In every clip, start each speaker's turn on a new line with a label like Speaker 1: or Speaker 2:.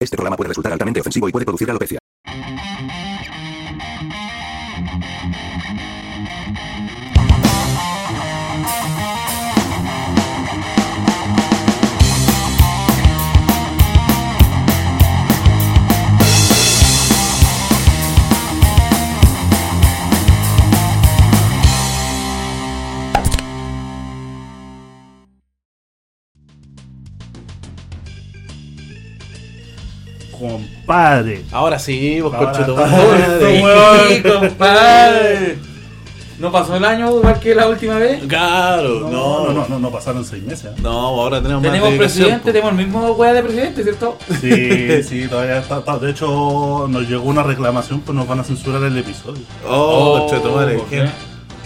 Speaker 1: Este programa puede resultar altamente ofensivo y puede producir alopecia.
Speaker 2: Compadre.
Speaker 3: Ahora sí, vos
Speaker 2: Ahora
Speaker 3: conchetumare.
Speaker 2: todo
Speaker 3: Sí,
Speaker 4: Uy, compadre. ¿No pasó el año igual que la última vez?
Speaker 3: Claro,
Speaker 2: No,
Speaker 3: no,
Speaker 2: no, no, no, no pasaron seis meses. ¿eh?
Speaker 3: No, ahora tenemos,
Speaker 4: Tenemos
Speaker 3: más
Speaker 4: presidente,
Speaker 3: dedicación, po.
Speaker 4: tenemos el mismo weá de presidente, ¿cierto?
Speaker 2: Sí, sí, todavía está, está- De hecho, nos llegó una reclamación, pues nos van a censurar el episodio.
Speaker 3: Oh, conchetumare.
Speaker 4: ¿por
Speaker 3: ¿quién?
Speaker 4: qué?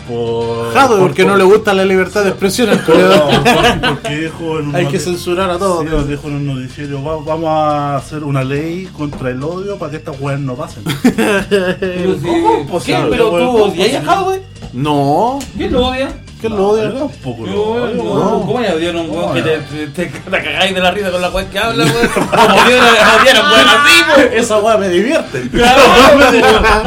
Speaker 2: Por.
Speaker 3: Jado,
Speaker 2: por-
Speaker 3: porque
Speaker 2: por-
Speaker 3: no le gusta la libertad de expresión al
Speaker 2: por-
Speaker 3: culiao.
Speaker 2: por- porque dijo en un
Speaker 3: Hay que
Speaker 2: noticiero-
Speaker 3: censurar a
Speaker 2: sí,
Speaker 3: todos.
Speaker 2: nos dijo en un noticiero, "Va- vamos a hacer una ley contra el odio para que estas weas no pasen.
Speaker 4: Pero sí.
Speaker 3: ¿Cómo es posible,
Speaker 4: ¿Qué? ¿Pero
Speaker 2: weón?
Speaker 4: tú
Speaker 2: ¿Cómo es
Speaker 4: odias
Speaker 2: posible?
Speaker 4: a Jadwe?
Speaker 3: No,
Speaker 4: eh? ¿Quién lo odia?
Speaker 3: que lo
Speaker 2: No,
Speaker 3: odia.
Speaker 2: tampoco lo
Speaker 4: No,
Speaker 2: odio,
Speaker 4: no,
Speaker 2: no.
Speaker 4: ¿Cómo ya odiaron a un weón que
Speaker 2: No,
Speaker 4: te, te, te- te cagáis de la risa con la weá que habla, weón? ¿Cómo odiaron a weón así, weón?
Speaker 3: Esa weá me divierte.
Speaker 4: Claro,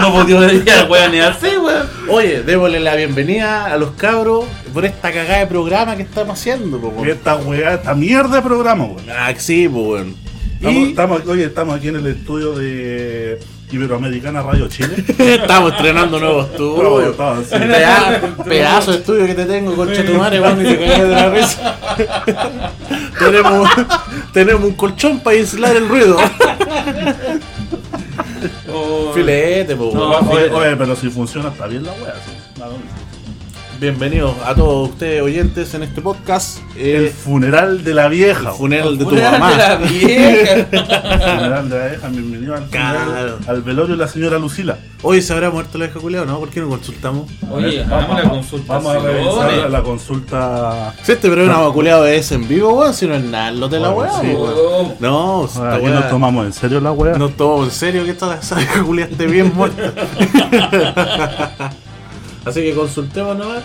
Speaker 4: no podía odiar weón ni así, weón.
Speaker 3: Oye, démosle la bienvenida a los cabros por esta cagada de programa que estamos haciendo, po, weón.
Speaker 2: Esta wea, esta mierda de programa, weón.
Speaker 3: Ah, sí, po, weón.
Speaker 2: Estamos,
Speaker 3: Y
Speaker 2: estamos- oye, estamos aquí en el estudio de Iberoamericana Radio Chile.
Speaker 3: estamos estrenando nuevos
Speaker 2: Estamos-
Speaker 3: estudios.
Speaker 2: estamos- sí.
Speaker 3: Peda- pedazo de estudio que te tengo, concha tu madre, weón, y te cagas de la risa. tenemos, tenemos un colchón para aislar el ruido. Oh, Filete, po,
Speaker 4: No,
Speaker 3: weón.
Speaker 2: Oye, oye, pero si funciona está bien la wea. sí. Nada más.
Speaker 3: Bienvenidos a todos ustedes oyentes en este podcast.
Speaker 2: El
Speaker 3: El
Speaker 2: funeral de la vieja. weón.
Speaker 3: funeral de tu
Speaker 4: Funeral de la
Speaker 3: mamá.
Speaker 4: vieja.
Speaker 2: El funeral de la vieja, bienvenido al, funeral-
Speaker 3: Claro.
Speaker 2: al velorio de la señora Lucila.
Speaker 3: Hoy se habrá muerto la vieja culea o no, ¿por qué no consultamos?
Speaker 4: Oye, hagamos la consulta.
Speaker 2: Vamos a revisar
Speaker 4: señores.
Speaker 2: la consulta.
Speaker 3: Si este programa culeado es en vivo, weón, si no es nada, lo de la
Speaker 2: Bueno,
Speaker 3: weá,
Speaker 2: sí,
Speaker 3: weón.
Speaker 4: weón.
Speaker 3: No, si esta
Speaker 2: Ah, Aquí
Speaker 3: weá-
Speaker 2: nos tomamos en serio la wea.
Speaker 3: No tomo en serio que esta esa vieja culeada esté bien muerta. Así que consultemos nomás.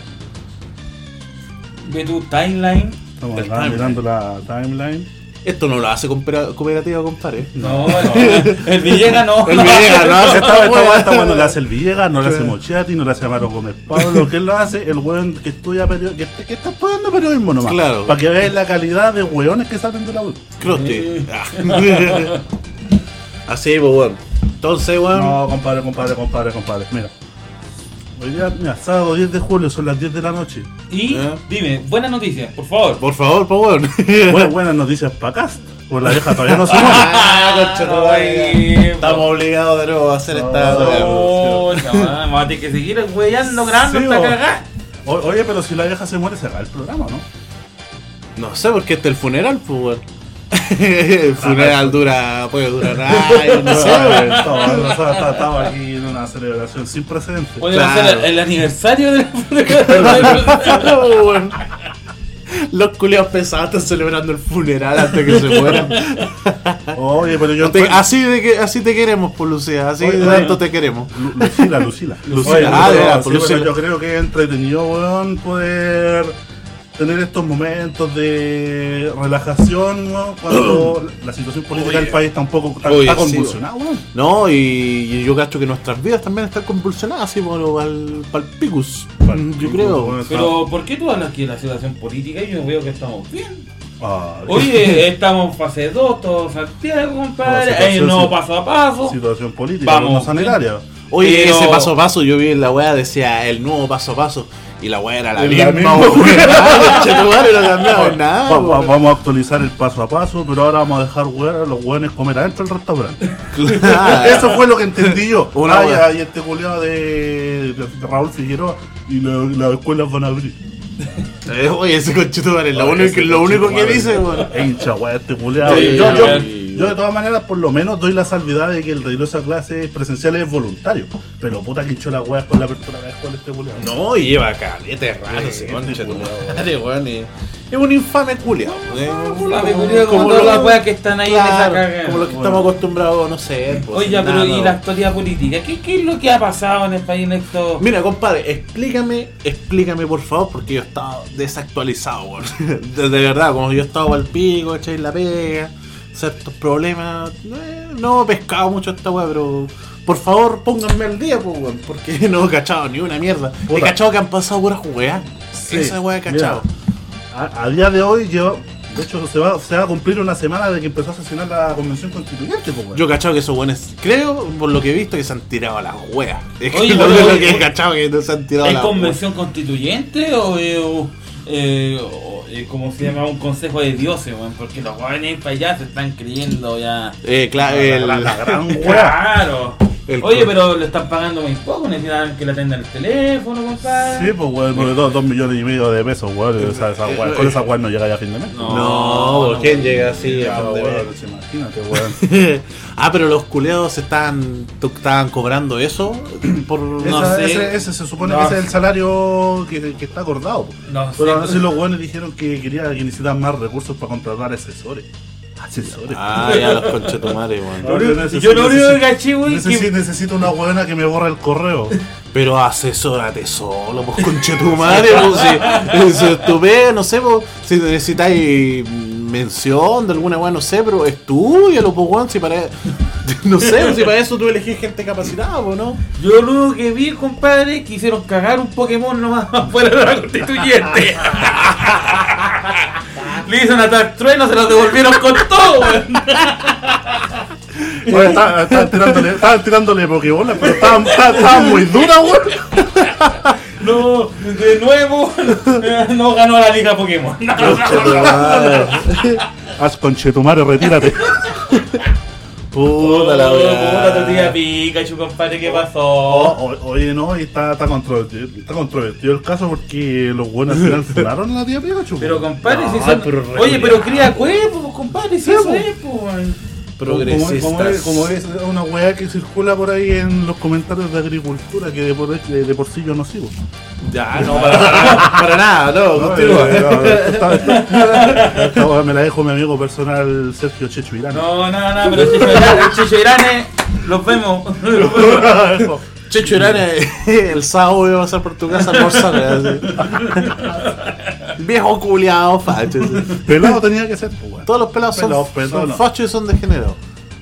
Speaker 4: Ve tu timeline.
Speaker 2: Estamos
Speaker 3: del
Speaker 2: acá
Speaker 3: timeline.
Speaker 2: mirando la timeline.
Speaker 3: Esto no lo hace coopera- cooperativa, compadre.
Speaker 4: No, el- el Villegas no.
Speaker 3: El Villegas no hace
Speaker 2: Esta
Speaker 3: esta
Speaker 2: esta weá esta
Speaker 3: weá.
Speaker 2: weá no la hace el Villegas, no la hace Mochati, no la hace Amaro Gómez Pablo. ¿Qué lo hace? El weón que estudia periodismo, que, que está estudiando periodismo nomás.
Speaker 3: Claro.
Speaker 2: Para que veas la calidad de weones que salen de la U.
Speaker 3: Croste. Ah. Así, pues, weón. Entonces, weón.
Speaker 2: No, compadre, compadre, compadre, compadre. Mira. Hoy día, mira, sábado 10 de julio, son las 10 de la noche.
Speaker 4: Y
Speaker 3: ¿Eh?
Speaker 4: dime, buenas noticias, por favor.
Speaker 3: Por favor, pues, weón.
Speaker 2: Buenas, buenas noticias para acá. Pues la vieja todavía no se muere.
Speaker 3: Ah, concha tu madre.
Speaker 4: Ay,
Speaker 3: Estamos obligados de nuevo a hacer esta.
Speaker 4: No, chaval, Oh, vamos a tener que seguir weyando grande
Speaker 2: Sí,
Speaker 4: hasta
Speaker 2: bo.
Speaker 4: cagar.
Speaker 2: O- Oye, pero si la vieja se muere, se va el programa, ¿no?
Speaker 3: No sé, porque este es el funeral, pues, weón. El funeral dura, puede durar años, no sé, weón.
Speaker 2: Estaba aquí en una celebración sin precedentes.
Speaker 4: Oye, va a ser
Speaker 3: Claro.
Speaker 4: el, el aniversario de
Speaker 3: Oh, weón. Los culiados pesados están celebrando el funeral antes que se mueran.
Speaker 2: Oye, pero yo.
Speaker 3: Te- así, de que, así te queremos, pues Lucía. Así
Speaker 2: Oye,
Speaker 3: de
Speaker 2: oye.
Speaker 3: tanto te queremos.
Speaker 2: Lu- Lucila, Lucila.
Speaker 3: Lucila.
Speaker 2: Oye,
Speaker 3: Ah,
Speaker 2: pero
Speaker 3: de la
Speaker 2: sí,
Speaker 3: Lucila.
Speaker 2: bueno, yo creo que es entretenido, weón, poder tener estos momentos de relajación, weón, cuando la situación política
Speaker 3: Oye.
Speaker 2: del país está un poco está,
Speaker 3: Oye,
Speaker 2: está
Speaker 3: sí,
Speaker 2: convulsionada, weón.
Speaker 3: No, y, y yo cacho que nuestras vidas también están convulsionadas, así por al palpicus.
Speaker 2: Pal-
Speaker 3: Yo creo.
Speaker 2: weón,
Speaker 4: Pero, ¿por qué tú hablas que la situación política? Yo veo que estamos bien.
Speaker 2: ah,
Speaker 4: Oye, estamos fase 2, todo Santiago,
Speaker 2: No,
Speaker 4: compadre. Hay
Speaker 2: situación,
Speaker 4: un nuevo
Speaker 2: sí.
Speaker 4: paso a paso.
Speaker 2: ah, situación política,
Speaker 4: Vamos.
Speaker 2: vamos. sanitaria.
Speaker 3: Oye,
Speaker 4: Pero-
Speaker 3: ese paso a paso, yo vi en la wea, decía el nuevo paso a paso. Y la wea era la misma,
Speaker 2: La misma,
Speaker 3: weón. Ah, conchetumare, no cambiaba nada.
Speaker 2: Va- va-
Speaker 3: weón.
Speaker 2: vamos a actualizar el paso a paso, pero ahora vamos a dejar weón, a los weones comer adentro del restaurante.
Speaker 3: Claro.
Speaker 2: Eso fue lo que entendí yo.
Speaker 3: Una
Speaker 2: Ah,
Speaker 3: weá.
Speaker 2: ya, y este culiado de, de Raúl Figueroa y la- las escuelas van a abrir.
Speaker 3: Eh, Oye, ese conchetumare, lo
Speaker 2: Oye,
Speaker 3: único,
Speaker 2: ese
Speaker 3: lo único que
Speaker 2: conchetumare.
Speaker 3: dice, weón.
Speaker 2: Es hincha, weá, este culeado.
Speaker 4: Sí,
Speaker 2: yo, yo-
Speaker 4: sí.
Speaker 2: yo de todas maneras, por lo menos doy la salvedad de que el regreso a clases presenciales es voluntario. Pero puta que hinchó la weá con la apertura de la escuela este culeado.
Speaker 3: No, y lleva caleta de rato ese
Speaker 2: Sí,
Speaker 3: concha
Speaker 2: este
Speaker 3: tu
Speaker 2: culiao,
Speaker 3: madre, weón. y- Es un infame culiao. eh,
Speaker 4: Infame culiao, como todas las weas que están ahí en esa cagada.
Speaker 3: Como los que
Speaker 2: Bueno.
Speaker 3: estamos acostumbrados, no sé. pues,
Speaker 4: Oye, pero
Speaker 3: nada,
Speaker 4: ¿y
Speaker 3: weón.
Speaker 4: la actualidad política? ¿Qué, ¿Qué es lo que ha pasado en el país en estos
Speaker 3: Mira, compadre, explícame, explícame por favor, porque yo estaba desactualizado, weón. De, de verdad, como yo estaba al pico, echáis la pega, ciertos problemas. eh, no he pescado mucho esta weá, pero por favor pónganme al día, pues, weón, porque no he cachado ni una mierda. He
Speaker 2: Puta.
Speaker 3: cachado que han pasado puras weá.
Speaker 2: Sí,
Speaker 3: Esa weá he cachado.
Speaker 2: A, a día de hoy yo, de hecho se va, se va a cumplir una semana de que empezó a sesionar la convención constituyente, pues, weón.
Speaker 3: Yo he cachado que esos weones, creo, por lo que he visto, que se han tirado a las weas. Es
Speaker 4: Oye,
Speaker 3: que lo,
Speaker 4: oye,
Speaker 3: lo
Speaker 4: oye,
Speaker 3: que he
Speaker 4: oye.
Speaker 3: cachado que no se han tirado a
Speaker 4: ¿Es
Speaker 3: las weas.
Speaker 4: convención constituyente o, eh, o, eh, o, eh, como se llama un consejo de dioses, weón? Porque los jóvenes para allá se están creyendo ya.
Speaker 3: Eh, claro, el-
Speaker 2: la, la gran weá.
Speaker 4: Claro.
Speaker 3: El
Speaker 4: Oye,
Speaker 3: con-
Speaker 4: pero le están pagando muy poco, necesitan que le atendan el teléfono, compadre.
Speaker 2: Sí, pues, weón, porque dos, dos millones y medio de pesos, weón. o sea, esa weá- con esa weá no llega ya a fin de mes.
Speaker 4: No.
Speaker 3: No,
Speaker 4: no,
Speaker 3: ¿quién
Speaker 4: no,
Speaker 3: llega así a
Speaker 2: Ya,
Speaker 3: fin de mes?
Speaker 2: weón, imagínate, weón.
Speaker 3: ah, pero los culeados estaban, to- estaban cobrando eso por no
Speaker 2: Esa-
Speaker 4: sé.
Speaker 2: ese, ese se supone
Speaker 4: No.
Speaker 2: que ese es el salario que, que está acordado. po.
Speaker 4: No
Speaker 2: Pero
Speaker 4: sé.
Speaker 2: no sé, los buenos dijeron que querían que necesitan más recursos para contratar asesores. Asesores.
Speaker 3: Ah, ya los conchetumare, weón.
Speaker 2: No, yo necesito-
Speaker 4: Yo lo único que
Speaker 2: necesito-
Speaker 4: caché, güey, es
Speaker 2: necesito,
Speaker 4: que
Speaker 2: necesito una buena que me borre el correo.
Speaker 3: Pero asesórate solo, pues conchetumare, pues si, si estupé, no sé, pues, si necesitáis mención de alguna weá, no sé, pero estudialo, pues weón, si para no sé, si para eso tú elegís gente capacitada, pues no.
Speaker 4: yo lo único que vi, compadre, es que hicieron cagar un Pokémon nomás fuera de la constituyente. Le hicieron atar trueno, se los devolvieron con todo, güey.
Speaker 2: Bueno, estaban estaban tirándole, estaban tirándole pokebolas, pero estaban, estaban- estaban muy duras, weón.
Speaker 4: No, de nuevo no ganó la liga Pokémon.
Speaker 3: Conchetumare.
Speaker 2: Haz conchetumare, retírate.
Speaker 3: Puta la
Speaker 4: Puta tu tía
Speaker 3: weá. Oh,
Speaker 4: Pikachu, compadre, ¿qué
Speaker 2: O-
Speaker 4: pasó?
Speaker 2: Oh, o- Oye, no, y está, está, controvertido, está controvertido el caso porque los buenos al final funaron a la tía Pikachu.
Speaker 4: Pero
Speaker 2: weón.
Speaker 4: compadre, si
Speaker 3: No,
Speaker 4: son...
Speaker 3: pero
Speaker 4: Oye,
Speaker 3: reculeado.
Speaker 4: pero cría cuerpos, compadre, si
Speaker 2: Sí,
Speaker 4: eso
Speaker 2: po.
Speaker 4: es, po, man.
Speaker 3: Progresistas.
Speaker 2: Como, como es, como es una weá que circula por ahí en los comentarios de agricultura que de por, de, de por sí yo no sigo.
Speaker 3: Ya, no, para, para, para nada, no, continúa.
Speaker 2: eh, no, esta- esta- esta weá me la dejo mi amigo personal Sergio Checho Irán.
Speaker 4: No, no, no, pero Chicho Irane, Chicho Irane, los vemos. Los vemos.
Speaker 3: Checho Irán eh, el sábado voy a pasar por tu casa a almorzar. eh, así. Viejo culiado, facho. así.
Speaker 2: Pelado tenía que ser, pues, weón.
Speaker 3: Todos los pelados son,
Speaker 2: Pelado, pelado,
Speaker 3: son
Speaker 2: no. Ah,
Speaker 3: fachos y son degenerados.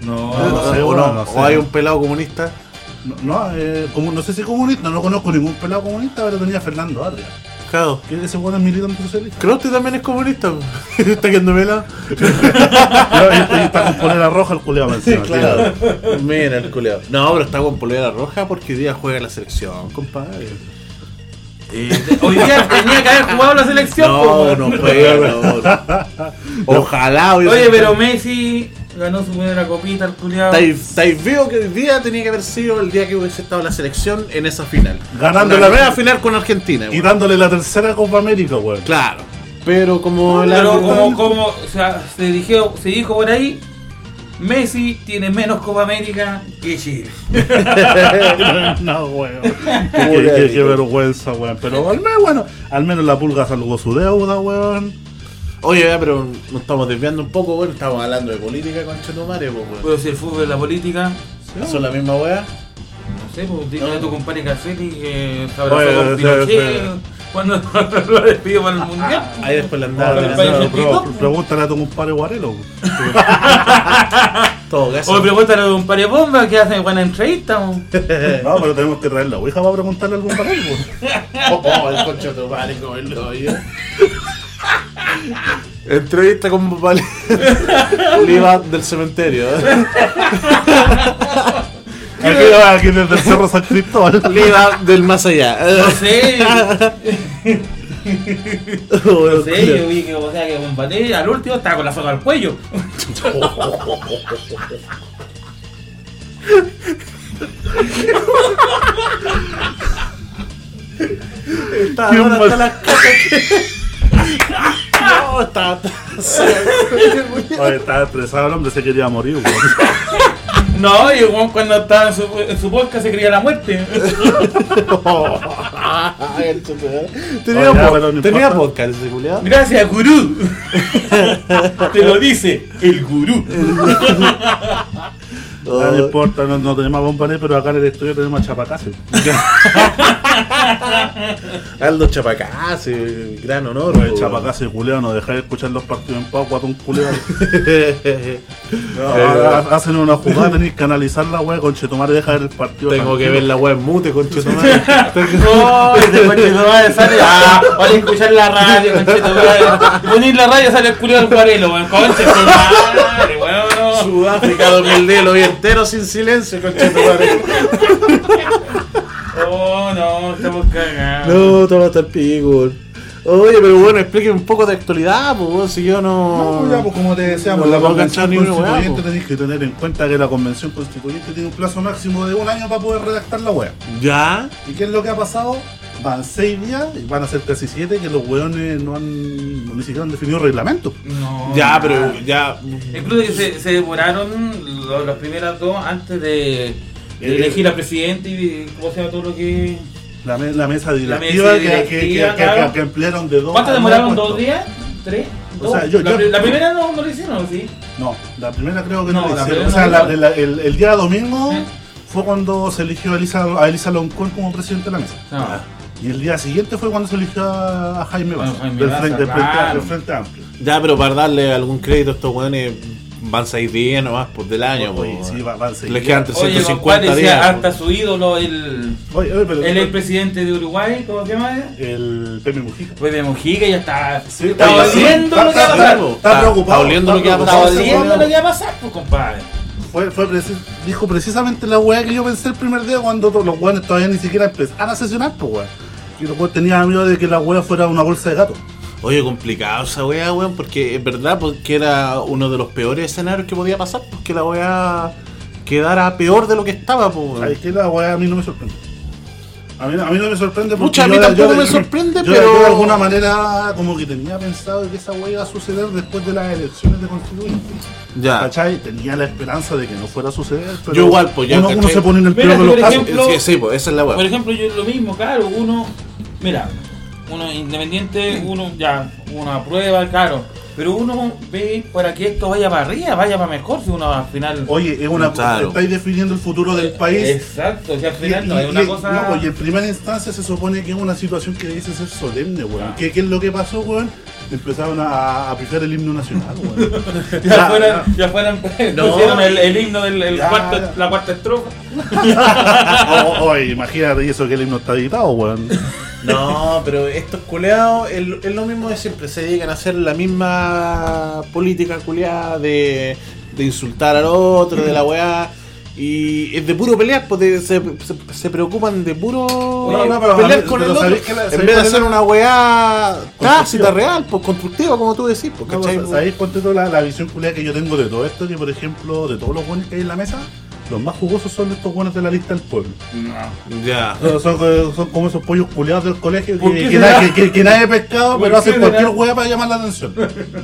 Speaker 2: No,
Speaker 4: No,
Speaker 2: no sé,
Speaker 3: o,
Speaker 2: bueno,
Speaker 3: no,
Speaker 2: no sé.
Speaker 3: o hay un pelado comunista.
Speaker 2: No, no, eh, como, no sé si comunista, no conozco ningún pelado comunista, pero tenía Fernando Adria.
Speaker 3: Claro.
Speaker 2: Que ese weón es militante socialista.
Speaker 3: Crote también es comunista. Está quedando pelado.
Speaker 2: Pero ahí está- ahí está con polera roja el culeado encima. tío.
Speaker 3: Mira el culiado. No, pero está con polera roja porque hoy día juega la selección, compadre.
Speaker 4: Hoy día tenía que haber jugado la selección, po,
Speaker 3: No,
Speaker 4: man.
Speaker 3: no juega. no, no. Ojalá. hubiese-
Speaker 4: Oye, pero Messi ganó su primera copita al culiado.
Speaker 3: Estáis estáis veo que hoy día tenía que haber sido el día que hubiese estado la selección en esa final.
Speaker 2: Ganando la-
Speaker 3: la primera final con Argentina.
Speaker 2: Y
Speaker 3: weón.
Speaker 2: dándole la tercera Copa América, weón.
Speaker 3: Claro. Pero como la.
Speaker 4: Pero como, como o sea, se, dijo, se dijo por ahí, Messi tiene menos Copa América que Chile.
Speaker 2: no, weón. qué, qué- qué vergüenza, weón. Pero al menos, bueno, al menos la pulga saludó su deuda, weón.
Speaker 3: Oye, ya, pero nos estamos desviando un poco, weón. Estamos hablando de política con Chetumare, pues, weón.
Speaker 4: Pero si el fútbol es la política,
Speaker 3: Son la misma weá.
Speaker 4: no sé, pues dile a tu compadre Cafetti que se abrazó
Speaker 2: Oye,
Speaker 4: con
Speaker 2: sí,
Speaker 4: Pinochet
Speaker 2: sí. Ah.
Speaker 4: cuando lo despidió para el mundial.
Speaker 3: Ahí después la
Speaker 2: Ahora,
Speaker 3: andaba
Speaker 4: Pero el
Speaker 2: no,
Speaker 4: país
Speaker 3: tirando
Speaker 2: pero-
Speaker 4: chiquito,
Speaker 2: pero pregúntale a tu compadre Guarelo.
Speaker 3: todo
Speaker 4: O
Speaker 3: caso.
Speaker 4: pregúntale a tu compadre Bomba que hace buena entrevista. mo.
Speaker 2: No, pero tenemos que traer la ouija para preguntarle al compadre. weón.
Speaker 3: Oh, oh, el concho de tu madre, como el hoyo. Entrevista con papá Oliva del cementerio. ¿eh?
Speaker 2: Aquí, aquí desde el Cerro San Cristóbal.
Speaker 3: Oliva del más
Speaker 4: No
Speaker 3: allá.
Speaker 4: sé, no sé, yo vi que, o sea, que compadre al último estaba con la soga al cuello.
Speaker 3: Está
Speaker 2: Qué
Speaker 3: ahora hasta
Speaker 2: mal-
Speaker 3: las cosas que- No, está.
Speaker 2: Oye, estaba estresado el hombre, se quería morir, weón.
Speaker 4: No, y el weón cuando estaba en su, en su podcast se creía la muerte.
Speaker 3: Tenía,
Speaker 2: Oye, ya,
Speaker 3: po-
Speaker 2: pero no
Speaker 3: tenía
Speaker 2: importa.
Speaker 3: podcast ese culiao.
Speaker 4: Gracias, gurú. Te lo dice el gurú.
Speaker 2: Ah, no importa, no, no tenemos a Bombaré, pero acá en el estudio tenemos a Chapacase.
Speaker 3: Aldo Chapacase, gran honor.
Speaker 2: El
Speaker 3: po.
Speaker 2: Chapacase, culeo, no dejáis de escuchar los partidos en pau, guatón culeo.
Speaker 3: Eh, verdad.
Speaker 2: Ah, Hacen una jugada, tenéis que analizar la wea, conchetumare, deja ver el partido.
Speaker 3: Tengo que
Speaker 2: tranquilo.
Speaker 3: ver la web mute, conchetumare.
Speaker 4: ¡Oh! Este conchetumare sale. ¡Ah! Vale, escuchar la radio, conchetumare. Poner la radio sale el culo del guarelo, weón. Conchetumare, weón.
Speaker 3: Sudáfrica 2010, lo vi entero sin silencio, conchetumare.
Speaker 4: Oh, no, estamos cagados.
Speaker 3: No, toma hasta el pico. weón. Oye, pero bueno, explique un poco de actualidad, pues weón, si yo no.
Speaker 2: No, ya, pues como te decíamos,
Speaker 3: No,
Speaker 2: la
Speaker 3: no alcanzar
Speaker 2: convención
Speaker 3: ni una weá,
Speaker 2: constituyente
Speaker 3: po.
Speaker 2: tenéis que tener en cuenta que la convención constituyente tiene un plazo máximo de un año para poder redactar la wea.
Speaker 3: Ya.
Speaker 2: ¿Y qué es lo que ha pasado? Van seis días y van a ser casi siete que los weones no han ni siquiera han definido reglamento.
Speaker 4: No.
Speaker 3: Ya,
Speaker 4: nada.
Speaker 3: pero ya.
Speaker 4: Incluso que se, se demoraron lo- las primeras dos antes de, de elegir a presidente y cómo se llama todo lo que.
Speaker 2: La, me- la mesa
Speaker 4: mesa
Speaker 2: directiva, que- que- que,
Speaker 4: directiva,
Speaker 2: que- que-
Speaker 4: claro.
Speaker 2: que emplearon de dos.
Speaker 4: ¿Cuánto
Speaker 2: a
Speaker 4: demoraron?
Speaker 2: nueve
Speaker 4: ¿Dos
Speaker 2: puestos.
Speaker 4: días? ¿Tres?
Speaker 2: O
Speaker 4: ¿Dos?
Speaker 2: sea, yo-
Speaker 4: la,
Speaker 2: yo-
Speaker 4: pri- la primera no, no lo hicieron, ¿o ¿sí?
Speaker 2: No, la primera creo que
Speaker 4: No,
Speaker 2: no, la
Speaker 4: la
Speaker 2: hicieron.
Speaker 4: primera
Speaker 2: O sea,
Speaker 4: no.
Speaker 2: la- de la- el, el día domingo
Speaker 4: Sí.
Speaker 2: fue cuando se eligió a Elisa, a Elisa Loncón como presidente de la mesa. Ah.
Speaker 4: No.
Speaker 2: Y el día siguiente fue cuando se eligió a Jaime Baza,
Speaker 4: Bueno, Jaime
Speaker 2: del,
Speaker 4: Baza,
Speaker 2: frente, del Frente-
Speaker 4: claro.
Speaker 2: del Frente Amplio.
Speaker 3: Ya, pero para darle algún crédito a estos weones, van 6 días nomás pues, del año,
Speaker 2: Oye,
Speaker 3: pues.
Speaker 2: sí,
Speaker 3: weón.
Speaker 2: va- va a seguir.
Speaker 3: Les quedan
Speaker 4: Oye,
Speaker 3: 350
Speaker 4: compadre,
Speaker 3: días.
Speaker 4: decía hasta
Speaker 3: pues.
Speaker 4: su ídolo, el,
Speaker 2: Oye, oye, pero
Speaker 4: el expresidente de Uruguay, ¿cómo se llama?
Speaker 2: el Pepe Mujica.
Speaker 4: Pues de Mojica ya está.
Speaker 2: Sí,
Speaker 4: está
Speaker 3: oye, sí.
Speaker 4: oliendo lo que va a pasar.
Speaker 3: preocupado.
Speaker 2: Está preocupado.
Speaker 3: Está oliendo lo que va a
Speaker 4: Está
Speaker 3: pasar.
Speaker 4: oliendo lo que va a pasar, pues compadre.
Speaker 2: Fue, fue preci- dijo precisamente la weá que yo pensé el primer día cuando to- los weones todavía ni siquiera empezaron a sesionar, pues weón. Y los weones tenían miedo de que la weá fuera una bolsa de gato.
Speaker 3: Oye, complicado esa weá, weón, porque es verdad, porque era uno de los peores escenarios que podía pasar, porque la weá quedara peor de lo que estaba, pues. weón.
Speaker 2: ¿Sabes qué? La weá a mí no me sorprende. A mí, a mí no me sorprende porque.
Speaker 3: Pucha, a mí
Speaker 2: yo la-
Speaker 3: tampoco
Speaker 2: yo la-
Speaker 3: me sorprende,
Speaker 2: yo la-
Speaker 3: pero-
Speaker 2: yo de alguna manera, como que tenía pensado que esa weá iba a suceder después de las elecciones de constituyente.
Speaker 3: Ya.
Speaker 2: ¿Cachai? Tenía la esperanza de que no fuera a suceder. Pero
Speaker 3: Ah. Yo igual, pues, ya,
Speaker 2: Uno, uno
Speaker 3: ¿cachai?
Speaker 2: se pone en el
Speaker 4: Mira,
Speaker 2: pelo de
Speaker 4: si
Speaker 2: los
Speaker 4: por
Speaker 2: casos.
Speaker 4: ejemplo-
Speaker 3: Sí, sí, pues, esa es la
Speaker 4: Por
Speaker 3: weá.
Speaker 4: ejemplo, yo lo mismo, claro, uno, mira, uno independiente, uno ya, una prueba, claro, pero uno ve para que esto vaya para arriba, vaya para mejor, si uno al final...
Speaker 2: Oye, es una
Speaker 3: Claro. Eh,
Speaker 2: estáis definiendo el futuro del país.
Speaker 4: Exacto, si al
Speaker 2: Y-
Speaker 4: final
Speaker 2: y-
Speaker 4: no es
Speaker 2: y-
Speaker 4: una cosa...
Speaker 2: no, pues, y en primera instancia se supone que es una situación que dice ser solemne, weón.
Speaker 4: Ah.
Speaker 2: ¿Qué, qué es lo que pasó, weón? Empezaron a, a pifiar el himno nacional, weón.
Speaker 4: Ya fueran, ya fueran, pusieron el, el himno del el
Speaker 2: Ya.
Speaker 4: cuarto- la cuarta estrofa.
Speaker 2: O- o- oye, imagínate, y eso que el himno está editado, weón.
Speaker 3: No, pero estos culeados es, es lo mismo de siempre. Se dedican a hacer la misma política culeada de, de insultar al otro, de la weá. Y es de puro pelear, pues de- se, se- se preocupan de puro
Speaker 4: No, no,
Speaker 2: pero a
Speaker 3: pelear
Speaker 2: mí-
Speaker 3: con
Speaker 2: pero
Speaker 3: el otro.
Speaker 2: ¿sabéis que la-
Speaker 3: en
Speaker 2: ¿sabéis
Speaker 3: vez de
Speaker 2: cuál
Speaker 3: hacer
Speaker 2: era?
Speaker 3: una weá tácita,
Speaker 2: Constructiva.
Speaker 3: real, pues constructiva, como tú decís, pues,
Speaker 2: No,
Speaker 3: ¿cachai?
Speaker 2: pues, ¿Sabéis cuál es la, la visión culia que yo tengo de todo esto? Que, por ejemplo, de todos los buenos que hay en la mesa, los más jugosos son estos buenos de la lista del pueblo.
Speaker 3: Ya.
Speaker 2: Son, son- son como esos pollos culiados del colegio
Speaker 4: ¿Por qué
Speaker 2: que, que,
Speaker 4: será?
Speaker 2: nadie- que- que nadie ha pescado,
Speaker 4: ¿Por
Speaker 2: pero hacen
Speaker 4: qué
Speaker 2: cualquier
Speaker 4: será?
Speaker 2: hueá para llamar la atención.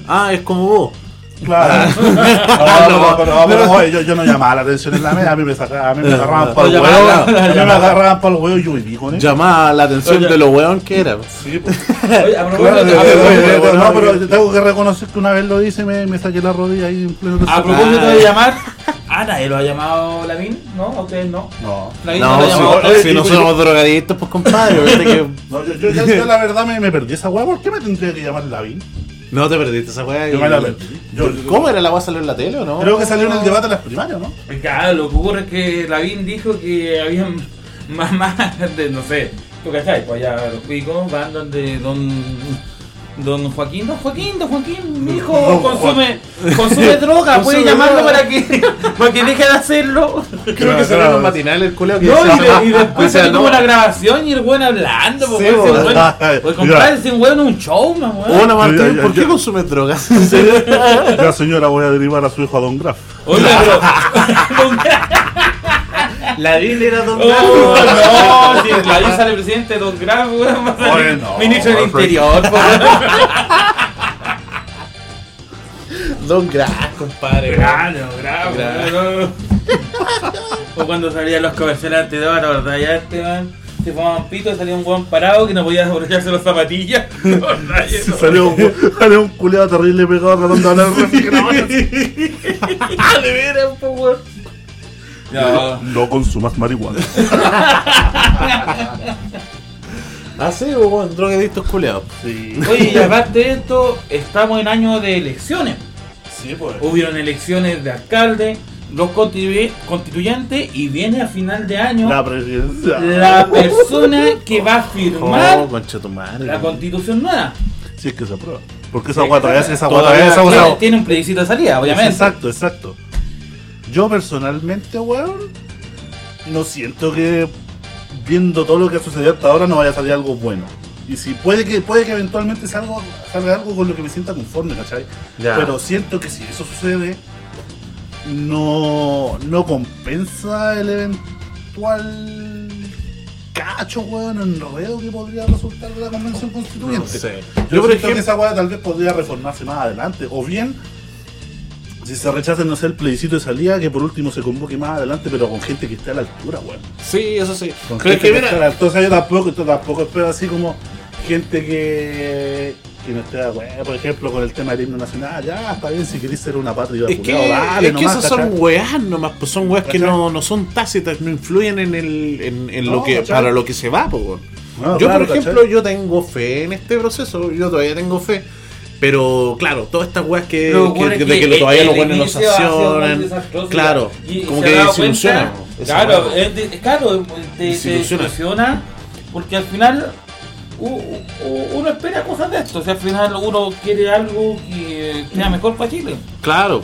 Speaker 3: Ah, es como vos.
Speaker 2: Claro. No, pero- pero- pero, oye, yo, yo no llamaba la atención en la mesa, a mí me, saca- a mí me agarraban para el
Speaker 3: No
Speaker 2: huevo.
Speaker 3: llamaba,
Speaker 2: A mí me agarraban para el huevo y yo viví con eso.
Speaker 3: Llamaba la atención
Speaker 4: Oye.
Speaker 3: de lo weón que era. pues.
Speaker 2: Sí, pues.
Speaker 4: Oye, a
Speaker 2: Claro,
Speaker 4: propósito,
Speaker 2: eh,
Speaker 4: a
Speaker 2: eh,
Speaker 4: propósito-
Speaker 2: eh, no, pero tengo que reconocer que una vez lo hice, me, me saqué la rodilla ahí en pleno
Speaker 4: a
Speaker 2: restaurante.
Speaker 4: propósito de llamar, ¿a nadie lo ha llamado Lavín? ¿No? ¿A ustedes no?
Speaker 2: No.
Speaker 4: Lavín
Speaker 3: No,
Speaker 4: lo ha
Speaker 3: si,
Speaker 4: llamado.
Speaker 2: oye,
Speaker 3: si no
Speaker 2: yo-
Speaker 3: somos drogadictos, pues compadre, vete que
Speaker 2: No, yo, yo, yo- yo la verdad me, me perdí esa weá. ¿Por qué me tendría que llamar Lavín?
Speaker 3: No te perdiste esa weá.
Speaker 2: Yo
Speaker 3: y-
Speaker 2: me la perdí. Yo-
Speaker 3: ¿Cómo era la weá? ¿Salió en la tele o no?
Speaker 2: Creo que salió en el debate de las primarias, ¿no?
Speaker 4: Claro, lo que ocurre es que Lavín dijo que habían mamás de, no sé, tú cachai, pues allá los picos van donde don... Don Joaquín, don Joaquín, don Joaquín, mi hijo
Speaker 2: Don
Speaker 4: consume, consume droga,
Speaker 3: Consume
Speaker 4: puede llamarlo
Speaker 3: droga.
Speaker 4: para que, para que deje de hacerlo.
Speaker 3: Creo que salió en los matinales el culeo que
Speaker 4: No, y,
Speaker 3: decía-
Speaker 4: de- y después
Speaker 3: decía,
Speaker 4: se tuvo
Speaker 3: no,
Speaker 4: una grabación y el weón hablando, pues
Speaker 3: Sí,
Speaker 4: weón,
Speaker 3: bo.
Speaker 4: ese weón- pues compadre, ese weón es un show, más weón.
Speaker 3: Hola Martín,
Speaker 2: Yo- yo-
Speaker 3: ¿por qué
Speaker 2: yo-
Speaker 3: consumes drogas?
Speaker 2: La señora voy a derivar a su hijo a Don Graf.
Speaker 4: Oye,
Speaker 3: La DIL era don
Speaker 4: pero. Oh, no, si la visa sale presidente de Don Graf, weón, va a salir
Speaker 2: Oye, no,
Speaker 4: ministro del
Speaker 2: perfecto.
Speaker 4: interior, po, weón.
Speaker 3: Don Graf, compadre.
Speaker 4: Grano, grano, grano. O cuando salían los comerciales de ahora, ¿verdad? Ya este man se fumaba un pito y salía un weón parado que no podía desbrocharse las zapatillas. ¿Verdad? Y eso.
Speaker 2: Salió un, salió un culiado terrible pegado tratando de hablar.
Speaker 4: Ah, de veras, po, pues, weón. Ya.
Speaker 2: No consumas marihuana.
Speaker 3: Así, ah, weón, drogadictos culeados.
Speaker 2: Sí.
Speaker 4: Oye, y aparte de esto, estamos en año de elecciones.
Speaker 2: Sí, pues.
Speaker 3: uh,
Speaker 4: Hubieron elecciones de alcalde, los constitu- constituyentes y viene a final de año
Speaker 2: La
Speaker 4: la,
Speaker 2: presidencia.
Speaker 4: persona que va a firmar
Speaker 3: Oh, concha tu madre.
Speaker 4: la constitución nueva.
Speaker 2: Si es que se aprueba. Porque esa
Speaker 4: Sí,
Speaker 2: guata
Speaker 4: claro.
Speaker 2: es, esa guata
Speaker 3: Todavía
Speaker 2: es, esa
Speaker 4: Tiene-
Speaker 2: guata
Speaker 4: Tiene un plebiscito de salida, obviamente.
Speaker 2: Exacto, exacto. Yo personalmente, weón, no siento que viendo todo lo que ha sucedido hasta ahora no vaya a salir algo bueno. Y si puede que puede que eventualmente salga, salga algo con lo que me sienta conforme, ¿cachai?
Speaker 3: Ya.
Speaker 2: Pero siento que si eso sucede, no, no compensa el eventual cacho, weón, enredo que podría resultar de la convención constituyente.
Speaker 3: No sé.
Speaker 2: Yo,
Speaker 3: Yo, por
Speaker 2: siento que
Speaker 3: ejemplo,
Speaker 2: esa weá tal vez podría reformarse más adelante. O bien, si se rechaza no sé el plebiscito de salida, que por último se convoque más adelante, pero con gente que esté a la altura, weón.
Speaker 3: sí, eso sí.
Speaker 2: Con
Speaker 3: Pero es
Speaker 2: gente
Speaker 3: que
Speaker 2: esté a
Speaker 3: mira,
Speaker 2: la altura. O sea, yo tampoco, yo tampoco espero así como gente que, que no esté de acuerdo, por ejemplo, con el tema del himno nacional. Ya, está bien, si queréis ser una patria,
Speaker 3: es que,
Speaker 2: culiao, dale
Speaker 3: es que
Speaker 2: nomás,
Speaker 3: esas son
Speaker 2: ¿cachai?
Speaker 3: weas nomás, pues son weas que
Speaker 2: ¿Cachai?
Speaker 3: no, no son tácitas, no influyen en, el, en, en lo
Speaker 2: No,
Speaker 3: que,
Speaker 2: ¿cachai?
Speaker 3: para lo que se va, pues, weón.
Speaker 2: No,
Speaker 3: yo,
Speaker 2: claro,
Speaker 3: por ejemplo, yo tengo fe en este proceso, yo todavía tengo fe. Pero claro, todas estas weas que,
Speaker 4: Lo
Speaker 3: que-
Speaker 4: ocurre
Speaker 3: que- de que
Speaker 4: el-
Speaker 3: lo- todavía
Speaker 4: el
Speaker 3: los buenos nos
Speaker 4: inicio ha sido muy
Speaker 3: accionan.
Speaker 4: desastroso,
Speaker 3: Claro,
Speaker 4: y- y
Speaker 3: como
Speaker 4: se
Speaker 3: que
Speaker 4: ha dado
Speaker 3: desilusionan.
Speaker 4: cuenta-
Speaker 3: esa
Speaker 4: Claro,
Speaker 3: wea.
Speaker 4: es de- claro, te te
Speaker 3: Desilusiona.
Speaker 4: desilusiona porque al final u- u- uno espera cosas de esto. O sea, al final uno quiere algo que sea mejor para Chile.
Speaker 3: Claro,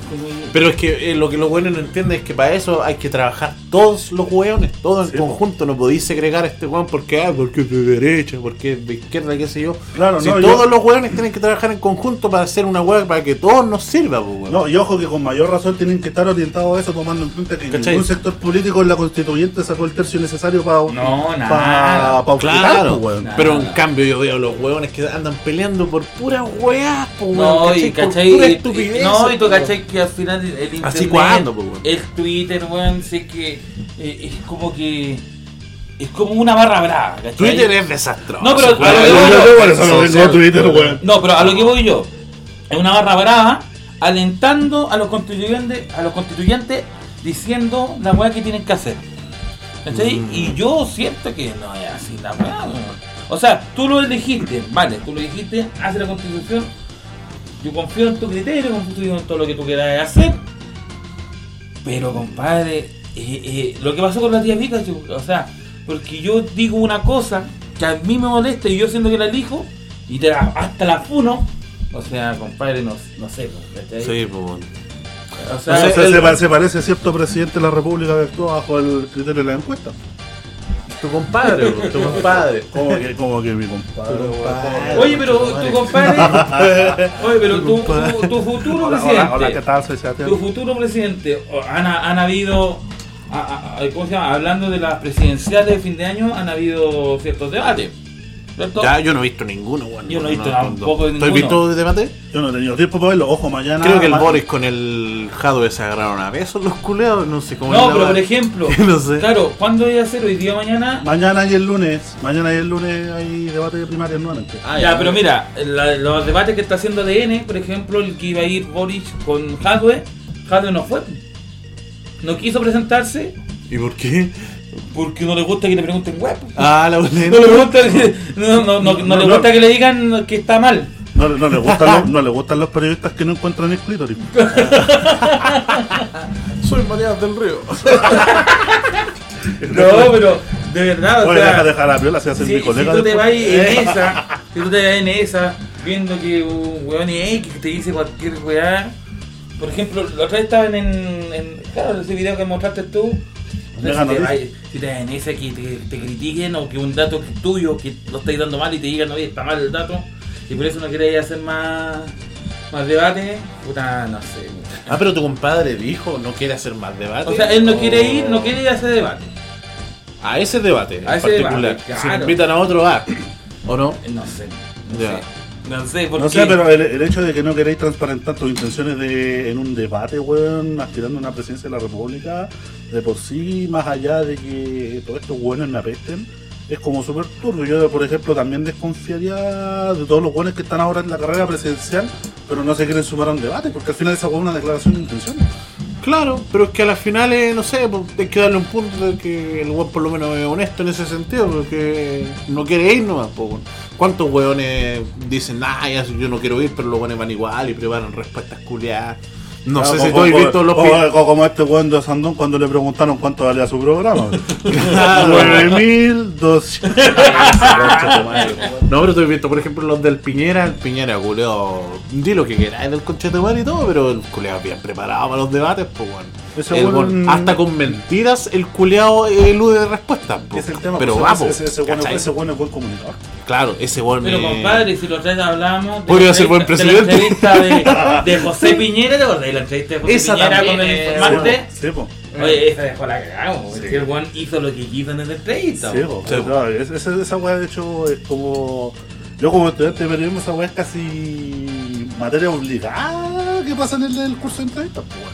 Speaker 3: pero es que eh, lo que los buenos no entienden es que para eso hay que trabajar todos los hueones, todos en
Speaker 2: Sí,
Speaker 3: conjunto. No podéis segregar a este hueón porque, ah, porque es de derecha, porque es de izquierda, qué sé yo.
Speaker 2: Claro,
Speaker 3: si
Speaker 2: no,
Speaker 3: todos
Speaker 2: yo-
Speaker 3: los hueones tienen que trabajar en conjunto para hacer una hueá para que todos nos sirva, pues, hueón.
Speaker 2: No, y ojo que con mayor razón tienen que estar orientados a eso, tomando en cuenta que
Speaker 3: ¿Cachai?
Speaker 2: ningún sector político en la constituyente sacó el tercio necesario para.
Speaker 4: No, nada.
Speaker 2: Para pa auspirar,
Speaker 3: Claro,
Speaker 2: pues, weón.
Speaker 4: Nah.
Speaker 3: pero en cambio yo veo los hueones que andan peleando por puras hueás, pues,
Speaker 4: No,
Speaker 3: hueón,
Speaker 4: y
Speaker 3: Por
Speaker 4: cachai,
Speaker 3: pura
Speaker 4: y-
Speaker 3: estupidez.
Speaker 4: no, y tú
Speaker 3: pues,
Speaker 4: cachai que al final el, el internet,
Speaker 3: cuándo, po, weón?
Speaker 4: el Twitter, weón, sé que eh, es como que es como una barra brava, ¿cachai?
Speaker 3: Twitter es desastroso.
Speaker 4: No, pero-
Speaker 3: hueón.
Speaker 4: a lo que
Speaker 2: Yo-
Speaker 4: voy
Speaker 2: yo- yo por eso no
Speaker 3: Social.
Speaker 2: tengo Twitter, weón.
Speaker 4: No, pero a lo que voy yo, es una barra brava alentando a los constituyentes, a los constituyentes diciendo la weá que tienen que hacer. ¿Cachai? Y yo siento que no es así la weá. weón. O sea, tú lo elegiste, vale, tú lo dijiste, hace la constitución. Yo confío en tu criterio, confío en todo lo que tú quieras hacer. Pero compadre, eh, eh, lo que pasó con la tía Pikachu, o sea, porque yo digo una cosa que a mí me molesta y yo siento que la elijo y te la- hasta la funo, o sea, compadre, no, no sé, ¿cachai?
Speaker 3: Sí, pues, hueón.
Speaker 4: o sea,
Speaker 2: O sea, se,
Speaker 4: el-
Speaker 2: se pa- se parece a cierto presidente de la República que actuó bajo el criterio de la encuesta.
Speaker 3: Tu compadre, hueón, tu compadre.
Speaker 2: Como que, como que mi compadre.
Speaker 3: Tu
Speaker 2: weón.
Speaker 3: compadre.
Speaker 4: Oye, pero tu compadre, oye, pero tu, tu, tu futuro
Speaker 2: Hola,
Speaker 4: presidente,
Speaker 2: hola, hola, ¿qué tal? Soy Sebastián.
Speaker 4: tu futuro presidente, o- han, han habido, a- a- a- ¿cómo se llama? Hablando de las presidenciales de fin de año, han habido ciertos debates, ¿cierto?
Speaker 3: Ya, yo no he visto ninguno, weón.
Speaker 4: Yo no he visto tampoco
Speaker 3: ¿Tú has
Speaker 4: ninguno.
Speaker 3: visto de debate?
Speaker 2: Yo no he tenido tiempo para verlo. Ojo, mañana.
Speaker 3: Creo que el
Speaker 2: ma-
Speaker 3: Boris con el Jadwe se agarraron a besos los culeados, no sé cómo es
Speaker 4: No,
Speaker 3: la
Speaker 4: pero por
Speaker 3: verdad.
Speaker 4: ejemplo,
Speaker 3: No sé.
Speaker 4: claro, ¿cuándo voy a hacer hoy día o mañana?
Speaker 2: Mañana y el lunes. Mañana y el lunes hay debate de primaria nuevamente.
Speaker 3: Ah,
Speaker 4: ya, pero mira, la- los debates que está haciendo DN, por ejemplo, el que iba a ir Boris con Hadwe, Hadwe no fue. No quiso presentarse
Speaker 3: ¿Y por qué?
Speaker 4: porque no le gusta que le pregunten web.
Speaker 3: Ah, la
Speaker 4: No
Speaker 3: boleta.
Speaker 4: le gusta que, no, no, no, no
Speaker 2: No,
Speaker 4: le
Speaker 2: no.
Speaker 4: gusta que le digan que está mal.
Speaker 2: No, no, le gustan los, no le gustan los periodistas que no encuentran el clítoris.
Speaker 3: Soy Matías del Río.
Speaker 4: No, pero de verdad, o
Speaker 2: Oye, deja,
Speaker 4: sea,
Speaker 2: dejar la viola, se hace
Speaker 4: si,
Speaker 2: mi
Speaker 4: si tú
Speaker 2: colega.
Speaker 4: te
Speaker 2: después. Eh.
Speaker 4: vas en esa, si tú te vas en esa, viendo que un weón X te dice cualquier weá. Por ejemplo, los tres estaban en, en- Claro, ese video que mostraste tú. O sea,
Speaker 2: Deja
Speaker 4: si, te
Speaker 2: noticias.
Speaker 4: vas, si te vas en esa que te, te critiquen o que un dato que es tuyo, que lo estáis dando mal y te digan, oye, está mal el dato, y por eso no queréis hacer más, más debate, puta, no sé. weón.
Speaker 3: Ah, pero tu compadre dijo no quiere hacer más debate.
Speaker 4: O sea, él no quiere ir, no quiere ir a ese debate.
Speaker 3: A ese debate
Speaker 4: A
Speaker 3: en
Speaker 4: ese
Speaker 3: particular.
Speaker 4: debate,
Speaker 3: Si
Speaker 4: claro.
Speaker 3: invitan a otro, va. ¿O no?
Speaker 4: No sé. No
Speaker 3: Ya.
Speaker 4: sé. No sé, porque
Speaker 2: No sé, pero el, el hecho de que no queréis transparentar tus intenciones de, en un debate, weón, aspirando a una presidencia de la República, de por sí, más allá de que todos estos weones me apesten, es como súper turbio. Yo, por ejemplo, también desconfiaría de todos los weones que están ahora en la carrera presidencial, pero no se quieren sumar a un debate, porque al final esa weón es una declaración de intenciones.
Speaker 3: Claro, pero es que a las finales, no sé, pues, hay que darle un punto de que el weón por lo menos es honesto en ese sentido, porque no quiere ir nomás, po, weón. ¿Cuántos weones dicen, nah, ya, yo no quiero ir, pero los weones van igual y preparan respuestas culiadas? No sé si tú has visto los...
Speaker 2: o-
Speaker 3: pi-
Speaker 2: o pues, como este weón de Sandón cuando le preguntaron cuánto valía su programa.
Speaker 3: Claro.
Speaker 2: 9200.
Speaker 3: No, pero tú has visto, por ejemplo, los del Piñera. El Piñera, culeo. Di lo que queráis del conchetumar y todo, pero el culeo bien preparado para los debates, pues, weón.
Speaker 2: Ese
Speaker 3: El
Speaker 2: weón-
Speaker 3: weón, Hasta con mentiras, el culeado elude respuestas, po.
Speaker 2: Es el tema.
Speaker 3: Pero
Speaker 2: pues,
Speaker 3: vamos.
Speaker 2: Ese, ese bueno,
Speaker 3: ¿cachai?
Speaker 2: ese bueno es buen comunicador.
Speaker 3: Claro, ese weón.
Speaker 4: Pero
Speaker 3: me-
Speaker 4: compadre, si los tres hablamos. de
Speaker 3: Eh, Podría
Speaker 4: la
Speaker 3: ser buen
Speaker 4: entrevista- De la entrevista de, de José Piñera, ¿te acordás de la entrevista de José
Speaker 3: Esa
Speaker 4: Piñera
Speaker 3: también
Speaker 4: con el
Speaker 3: es-
Speaker 4: informante?
Speaker 2: Sí, po.
Speaker 4: Oye, esa dejó la cagamos. porque El Juan hizo lo que quiso en esa entrevista.
Speaker 2: Sí, po.
Speaker 3: Sí, po.
Speaker 2: Claro, es- esa, esa weá, de hecho, es como. Yo, como estudiante de periodismo, esa weá es casi materia obligada que pasa en el, el curso de entrevistas, po, weón.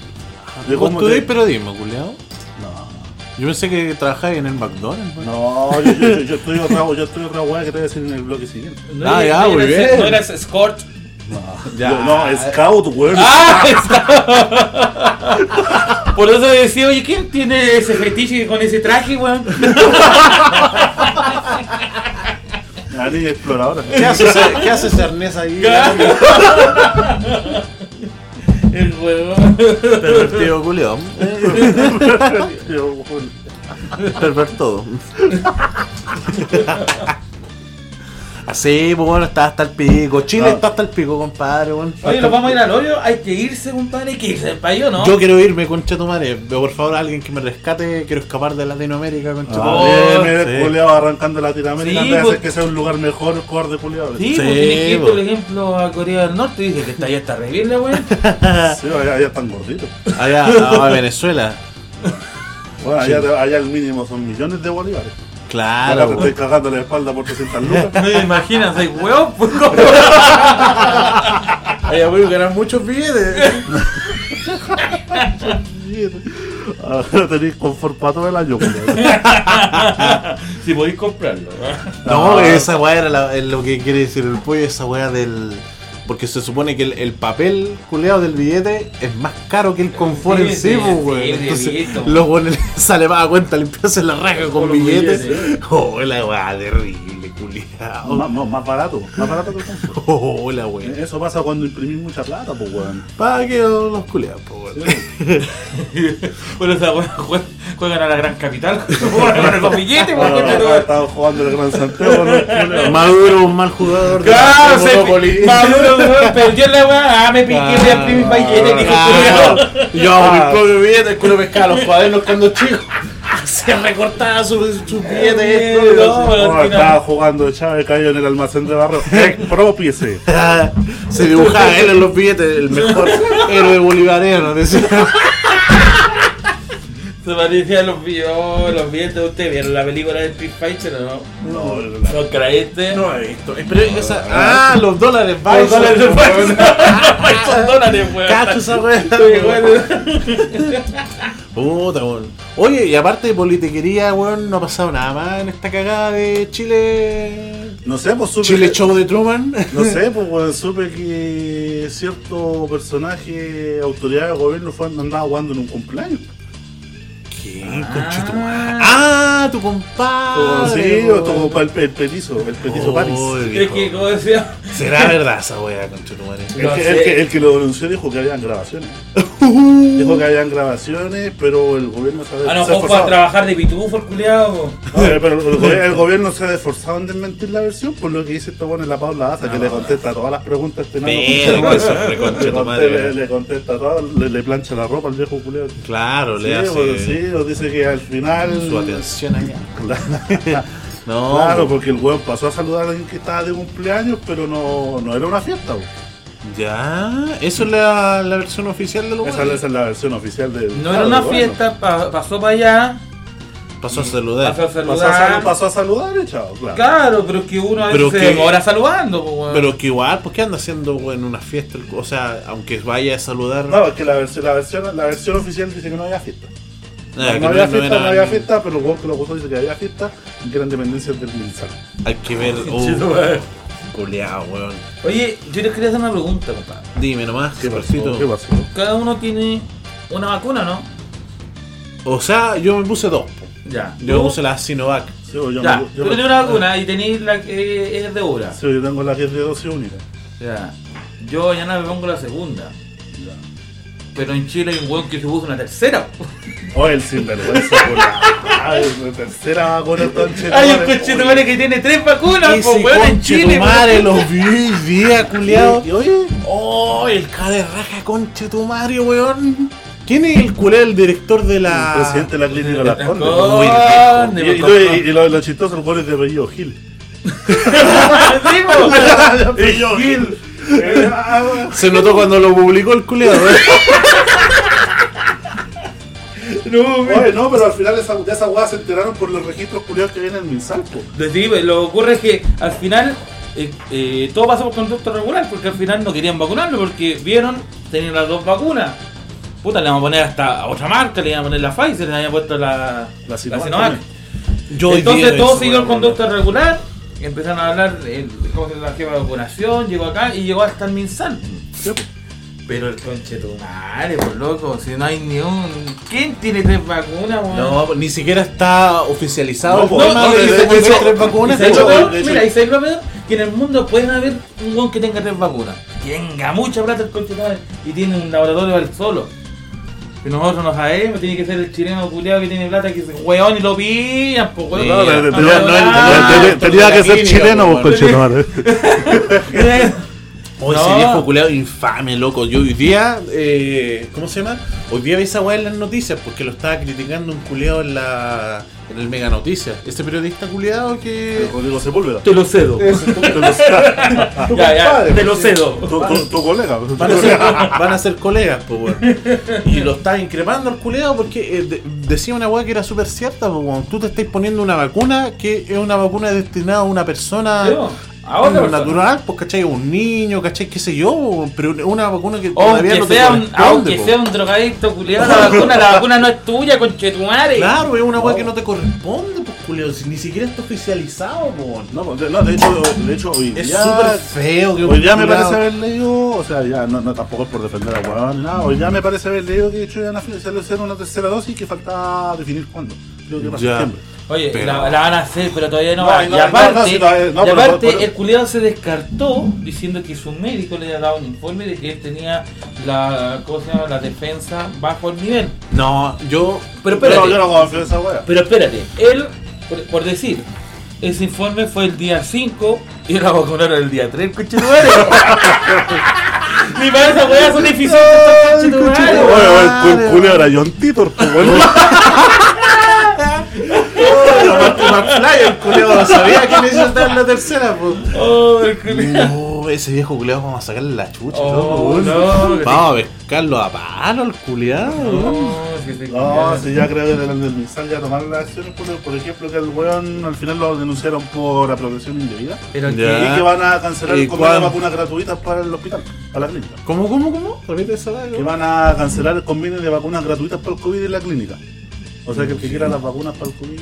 Speaker 2: De
Speaker 3: ¿Vos
Speaker 2: cómo
Speaker 3: estudiáis
Speaker 2: te-
Speaker 3: periodismo, culeado?
Speaker 2: No.
Speaker 3: Yo pensé que trabajáis en el McDonald's, weón.
Speaker 2: No, yo, yo, yo, yo estudio otra, yo estudio otra weá que te voy a decir en el bloque siguiente.
Speaker 4: No
Speaker 3: Ah,
Speaker 4: era-
Speaker 3: ya,
Speaker 4: no
Speaker 3: muy
Speaker 4: era-
Speaker 3: bien.
Speaker 4: No eras escort.
Speaker 3: Ya.
Speaker 2: Yo- no, Scout, weón.
Speaker 4: Ah, está. Por eso decía, oye, ¿quién tiene ese fetiche con ese traje, weón?
Speaker 2: La niña exploradora.
Speaker 3: ¿Qué hace, ese- ¿Qué hace ese arnés ahí?
Speaker 4: El weón.
Speaker 3: Pervertido, Este, culeado.
Speaker 2: Yo, weón.
Speaker 3: Pervertido. Así, pues bueno, está hasta el pico. Chile
Speaker 2: Ah.
Speaker 3: está hasta el pico, compadre, weón.
Speaker 4: Oye, nos vamos a ir al hoyo. Hay que irse, compadre. Hay que irse al país, ¿o ¿no?
Speaker 3: Yo quiero irme, concha tu madre. Veo por favor a alguien que me rescate. Quiero escapar de Latinoamérica, Eh, concha tu
Speaker 2: Ah,
Speaker 3: madre.
Speaker 2: bien, mira,
Speaker 3: sí.
Speaker 2: el culiao arrancando Latinoamérica
Speaker 4: Sí,
Speaker 2: antes de
Speaker 4: pues-
Speaker 2: hacer que sea un lugar mejor, core de culiao.
Speaker 4: Sí,
Speaker 3: Sí,
Speaker 4: pues tienes que ir,
Speaker 3: bo.
Speaker 4: por ejemplo, a Corea del Norte y dice que está ya está re bien la weón.
Speaker 2: Sí, allá, allá están gorditos.
Speaker 3: Allá, no, a Venezuela.
Speaker 2: Bueno, allá, te- allá el mínimo son millones de bolívares. Acá
Speaker 4: Ah,
Speaker 3: Claro,
Speaker 2: te
Speaker 3: weón.
Speaker 2: estoy cagando la espalda por 300 lucas.
Speaker 4: No te imaginas, soy weón, pues.
Speaker 3: Allá voy a ganar muchos billetes.
Speaker 2: Ahora tenéis confort para todo el año, culiao.
Speaker 4: Si podéis comprarlo,
Speaker 3: No,
Speaker 4: eh,
Speaker 2: Ah.
Speaker 3: esa weá era la- es lo que quiere decir el pollo, esa weá del. Porque se supone que el, el papel culeado del billete es más caro que el confort
Speaker 4: Sí,
Speaker 3: en
Speaker 4: sí,
Speaker 3: sí, pues,
Speaker 4: sí,
Speaker 3: weón.
Speaker 4: sí,
Speaker 3: Entonces,
Speaker 4: billete, weón.
Speaker 3: los weones sale más a cuenta limpiarse la raja con
Speaker 4: los
Speaker 3: billetes.
Speaker 4: billetes.
Speaker 3: Oh, la weá terrible, culeado.
Speaker 2: Más- más- más barato, más barato que el confort.
Speaker 3: Oh, la weá.
Speaker 2: Eso pasa cuando imprimís mucha plata, pues weón.
Speaker 3: Para que los culeados, pues, weón.
Speaker 4: Bueno, esa weón jue- juegan a la gran capital. Juegan con billetes, po,
Speaker 2: Bueno,
Speaker 4: cuéntate,
Speaker 2: acá
Speaker 4: weón.
Speaker 2: Estamos Ah, jugando el Gran Santiago, ¿no? Culeo.
Speaker 3: Maduro, un mal jugador. de
Speaker 4: Claro, se
Speaker 3: Monopoly.
Speaker 4: Maduro, weón, perdió la weón. Ah, me piqué, voy a imprimir billetes. dijo, culiao. Ah.
Speaker 3: Claro. Yo hago mi propio billete, el culo pescaba los cuadernos cuando chico. Se recortaba sus su billetes. esto, y
Speaker 4: No,
Speaker 3: así.
Speaker 4: pero
Speaker 2: Oh,
Speaker 4: al final-
Speaker 2: estaba jugando Chávez cayó en el almacén de barrio. Expropiese.
Speaker 3: Ah, Se dibujaba él en los billetes, el mejor héroe bolivariano. decía.
Speaker 4: Se parecía a los videos, los billetes de ustedes. ¿Vieron la película de Street Fighter o no?
Speaker 2: No, no, no.
Speaker 4: ¿No creíste?
Speaker 3: No he visto. Eh, pero esa- ah, los dólares,
Speaker 4: Los
Speaker 3: Bison.
Speaker 4: dólares de Fighter. Son dólares, weón.
Speaker 3: Cacho esa wea.
Speaker 4: Sí, bueno.
Speaker 3: Puta, weón. Oye, y aparte de politiquería, weón, no ha pasado nada más en esta cagada de Chile.
Speaker 2: No sé, pues supe.
Speaker 3: Chile Show de Truman.
Speaker 2: No sé, pues weón, supe que cierto personaje, autoridad de gobierno, fue, andaba jugando en un cumpleaños.
Speaker 3: ¿Quién, conchetumare? Ah, tu
Speaker 4: Oh, Ah,
Speaker 3: compadre.
Speaker 2: sí, o
Speaker 4: pues,
Speaker 2: tu compa- el, el petizo, el petizo Paris.
Speaker 3: Oy,
Speaker 4: Es que,
Speaker 3: viejo.
Speaker 4: como decía.
Speaker 3: Será verdad esa wea, conchetumare.
Speaker 2: El,
Speaker 4: No
Speaker 2: que,
Speaker 4: sé.
Speaker 2: el que- el que lo denunció dijo que habían grabaciones. Dijo que habían grabaciones, pero el gobierno se ha
Speaker 4: Ah, no,
Speaker 2: se ha
Speaker 4: vos para
Speaker 2: esforzado.
Speaker 4: trabajar de pitufo, el culiao.
Speaker 2: No, pero el, go- el gobierno se ha esforzado en desmentir la versión por lo que dice esta buena la Paula Daza, que le contesta todas las preguntas este nano
Speaker 3: Ah. Pero,
Speaker 2: con-
Speaker 3: eso,
Speaker 2: le,
Speaker 3: reconcha tu
Speaker 2: conte-
Speaker 3: madre,
Speaker 2: le-
Speaker 3: weón.
Speaker 2: le contesta todo, le, le plancha la ropa al viejo culeo. Sí,
Speaker 3: Claro, le hace
Speaker 2: bueno, sí, o dice que al final.
Speaker 3: su atención Oh. allá. No,
Speaker 2: Claro, porque el weón pasó a saludar a alguien que estaba de cumpleaños, pero no, no era una fiesta. weón.
Speaker 3: pues. ya. Eso es la, la versión oficial de lo
Speaker 2: Esa, esa es la versión oficial de.
Speaker 4: No era una
Speaker 2: del gobierno.
Speaker 4: fiesta, pa- pasó para allá.
Speaker 3: Pasó a saludar.
Speaker 4: Pasó a
Speaker 2: Eh, Pasó a,
Speaker 4: saludar.
Speaker 2: salu- pasó a saludar, eh, chao. Claro.
Speaker 4: Claro, pero es que uno a
Speaker 3: Pero
Speaker 4: veces se
Speaker 3: que-
Speaker 4: demora saludando, po, weón.
Speaker 3: Pero que igual, ¿por qué anda haciendo en una fiesta? el- O sea, aunque vaya a saludar.
Speaker 2: No, es que la versión, la versión, la versión oficial dice que no había fiesta.
Speaker 3: Ah, que
Speaker 2: no había
Speaker 3: no
Speaker 2: fiesta,
Speaker 3: era-
Speaker 2: no había fiesta, pero el weón que lo acusó dice que había fiesta y que eran dependencias del Minsal.
Speaker 3: Hay que ver.
Speaker 4: Chido, weón.
Speaker 3: Oh, culeado, weón.
Speaker 4: Oye, yo les quería hacer una pregunta, compadre.
Speaker 3: Dime nomás,
Speaker 2: ¿Qué pasó?
Speaker 3: Jorgito.
Speaker 2: ¿Qué pasó?
Speaker 4: Cada uno tiene una vacuna, ¿no?
Speaker 3: O sea, yo me puse dos.
Speaker 4: Ya.
Speaker 3: Yo
Speaker 4: Tú-
Speaker 3: me puse la Sinovac.
Speaker 2: Sí, pues, yo, me-
Speaker 4: Ya,
Speaker 2: yo
Speaker 4: tú
Speaker 2: me-
Speaker 4: tenés una vacuna y tenés la que es de una.
Speaker 2: Sí, yo tengo las 10 de 12 únicas.
Speaker 4: Ya. Yo mañana me pongo la segunda. Pero en Chile hay un weón que se puso una tercera.
Speaker 2: Oh, el sinvergüenza, por la- Ay, la tercera vacuna conche.
Speaker 4: Hay un conchetumare que tiene tres
Speaker 2: Ah,
Speaker 4: vacunas,
Speaker 3: Y
Speaker 4: po,
Speaker 3: si
Speaker 2: pues,
Speaker 4: weón, en
Speaker 3: conche
Speaker 4: Chile.
Speaker 3: tu madre, los vi hoy día, culiao.
Speaker 2: Y oye,
Speaker 3: Oh, el cara de raja, conche tu madre, weón. ¿Quién es el culiao, el director de la.
Speaker 2: el presidente de la clínica Las Condes.
Speaker 4: Condes.
Speaker 2: Muy rico.
Speaker 4: Condes,
Speaker 2: Y- y
Speaker 4: me
Speaker 2: lo-
Speaker 4: contó.
Speaker 2: Y lo- lo chistoso, el cual es de apellido Gil.
Speaker 4: Sí, po.
Speaker 2: Apellido Gil. Eh, ah,
Speaker 3: Se notó cuando lo publicó el culiao, weón.
Speaker 2: ah, Oye, no, pero al final esa, de esa weá se enteraron por los registros culiados que vienen en Minsal, po.
Speaker 4: Sí, pues, lo que ocurre es que al final eh, eh, todo pasó por conducto regular, porque al final no querían vacunarlo, porque vieron, tenían las dos vacunas. Puta, le vamos a poner hasta a otra marca, le iban a poner la Pfizer, le habían puesto la,
Speaker 2: La
Speaker 4: la
Speaker 2: Sinovac
Speaker 4: Sinovac.
Speaker 2: también.
Speaker 3: Yo hoy
Speaker 4: Entonces
Speaker 3: día
Speaker 4: todo
Speaker 3: eso,
Speaker 4: siguió el
Speaker 3: weón.
Speaker 4: conducto regular, empezaron a hablar el, cómo se llama, la jefa de vacunación, llegó acá y llegó hasta el Minsan. Pero el conchetumare, por pues, loco, si no hay ni un... ¿Quién tiene tres vacunas, weón?
Speaker 3: No, ni siquiera está oficializado
Speaker 2: No,
Speaker 3: el
Speaker 2: po,
Speaker 3: tema
Speaker 2: no,
Speaker 3: de que
Speaker 2: de-
Speaker 3: se
Speaker 2: de
Speaker 3: pusieron
Speaker 2: hecho-
Speaker 3: tres vacunas.
Speaker 4: Y sabéis lo
Speaker 2: de
Speaker 4: peor,
Speaker 2: hecho-
Speaker 4: mira, y sabéis lo peor, que en el mundo puede haber un weón que tenga tres vacunas, que tenga mucha plata el coche madre, y tiene un laboratorio al solo. Pero nosotros no sabemos, tiene que ser el chileno culiado que tiene plata, que se weón y lo pillan, pues weón.
Speaker 2: No,
Speaker 4: Ah,
Speaker 2: pero
Speaker 4: no,
Speaker 2: tenía-
Speaker 4: ah,
Speaker 2: no, tenía- Tenía que ser
Speaker 3: clínica,
Speaker 2: chileno,
Speaker 3: po,
Speaker 2: vos, conchetumare.
Speaker 3: Hoy
Speaker 4: No.
Speaker 3: ese viejo culeado infame, loco. Yo hoy día, eh, ¿cómo se llama? Hoy día vi esa weá en las noticias porque lo estaba criticando un culeado en la. en el Mega Noticias. Ese periodista culeado que.
Speaker 2: Rodrigo Sepúlveda.
Speaker 4: Te lo cedo.
Speaker 2: Eh, Tu
Speaker 4: Ya, ya,
Speaker 2: compadre,
Speaker 4: te lo
Speaker 2: sí.
Speaker 4: cedo.
Speaker 2: Tu- tu- Tu colega.
Speaker 3: Van a, ser, van a ser colegas, pues, weón. Y lo estaba increpando al culeado porque eh, de- decía una weá que era súper cierta, pues, weón. Tú te estás poniendo una vacuna que es una vacuna destinada a una persona.
Speaker 4: Sí, po, a otra persona.
Speaker 3: natural, pues, ¿cachai? Un niño, ¿cachai? ¿Qué sé yo? weón. Pero una vacuna que todavía
Speaker 4: Aunque,
Speaker 3: no te
Speaker 4: sea un,
Speaker 3: corresponde,
Speaker 4: aunque
Speaker 3: po.
Speaker 4: sea un drogadicto culiado, la vacuna, la vacuna no es tuya, conchetumare.
Speaker 3: Claro, es una weá que no te corresponde, pues, culiao. Si ni siquiera está oficializado, po.
Speaker 2: No, pues, de, no, de hecho, de hecho hoy
Speaker 3: Es
Speaker 2: día-
Speaker 3: súper feo que
Speaker 2: Hoy ya me
Speaker 3: culiao-
Speaker 2: parece haber leído, o sea, ya no, no, tampoco es por defender a Guadalajara ni nada, hoy ya me parece haber leído que de hecho ya nació- se le hicieron una tercera dosis y que falta definir cuándo. Creo que para
Speaker 3: Ya.
Speaker 2: septiembre.
Speaker 4: Oye,
Speaker 3: Pero-
Speaker 4: la, la van a hacer, pero todavía no,
Speaker 2: No,
Speaker 4: va.
Speaker 2: no,
Speaker 4: y
Speaker 2: no,
Speaker 4: aparte,
Speaker 2: no, sí, todavía- no,
Speaker 4: y
Speaker 2: pero-
Speaker 4: aparte,
Speaker 2: pero-
Speaker 4: el culiado se descartó diciendo que su médico le había dado un informe de que él tenía la, ¿cómo se llama? la defensa bajo el nivel.
Speaker 3: No, yo.
Speaker 4: Pero
Speaker 2: Pero
Speaker 4: espérate,
Speaker 2: yo no confío en esa wea.
Speaker 4: pero espérate, él, por, por decir, ese informe fue el día 5 y la vacunaron el día 3, conchetumare. Ni para esa weá son eficientes, estos conchetumares,
Speaker 2: Oye,
Speaker 4: weón.
Speaker 2: oye, el culio era John Titor, pues, weón.
Speaker 3: Pero Marty McFly, el culiao no sabía que necesitaba la tercera, po.
Speaker 4: Oh, el culiao.
Speaker 3: No, ese viejo culiao vamos a sacarle la chucha,
Speaker 4: Oh,
Speaker 3: loco, weón.
Speaker 4: no, que-
Speaker 3: Vamos a pescarlo a palo al culiao, weón.
Speaker 4: No, si ese
Speaker 2: No,
Speaker 4: culiao-
Speaker 2: si ya creo que del del Minsal ya tomaron las acciones, por, por ejemplo, que el weón al final lo denunciaron por apropiación indebida.
Speaker 4: Pero
Speaker 3: Ya.
Speaker 4: que-
Speaker 2: Y que van a cancelar
Speaker 3: ¿Y
Speaker 2: el convenio de
Speaker 3: cuán-
Speaker 2: vacunas gratuitas para el hospital, para la clínica.
Speaker 3: ¿Cómo, cómo, cómo? Repite esa weá,
Speaker 2: que
Speaker 3: weón.
Speaker 2: van a cancelar el convenio de vacunas gratuitas para el COVID en la clínica. O sea que el que quiera las vacunas para el COVID,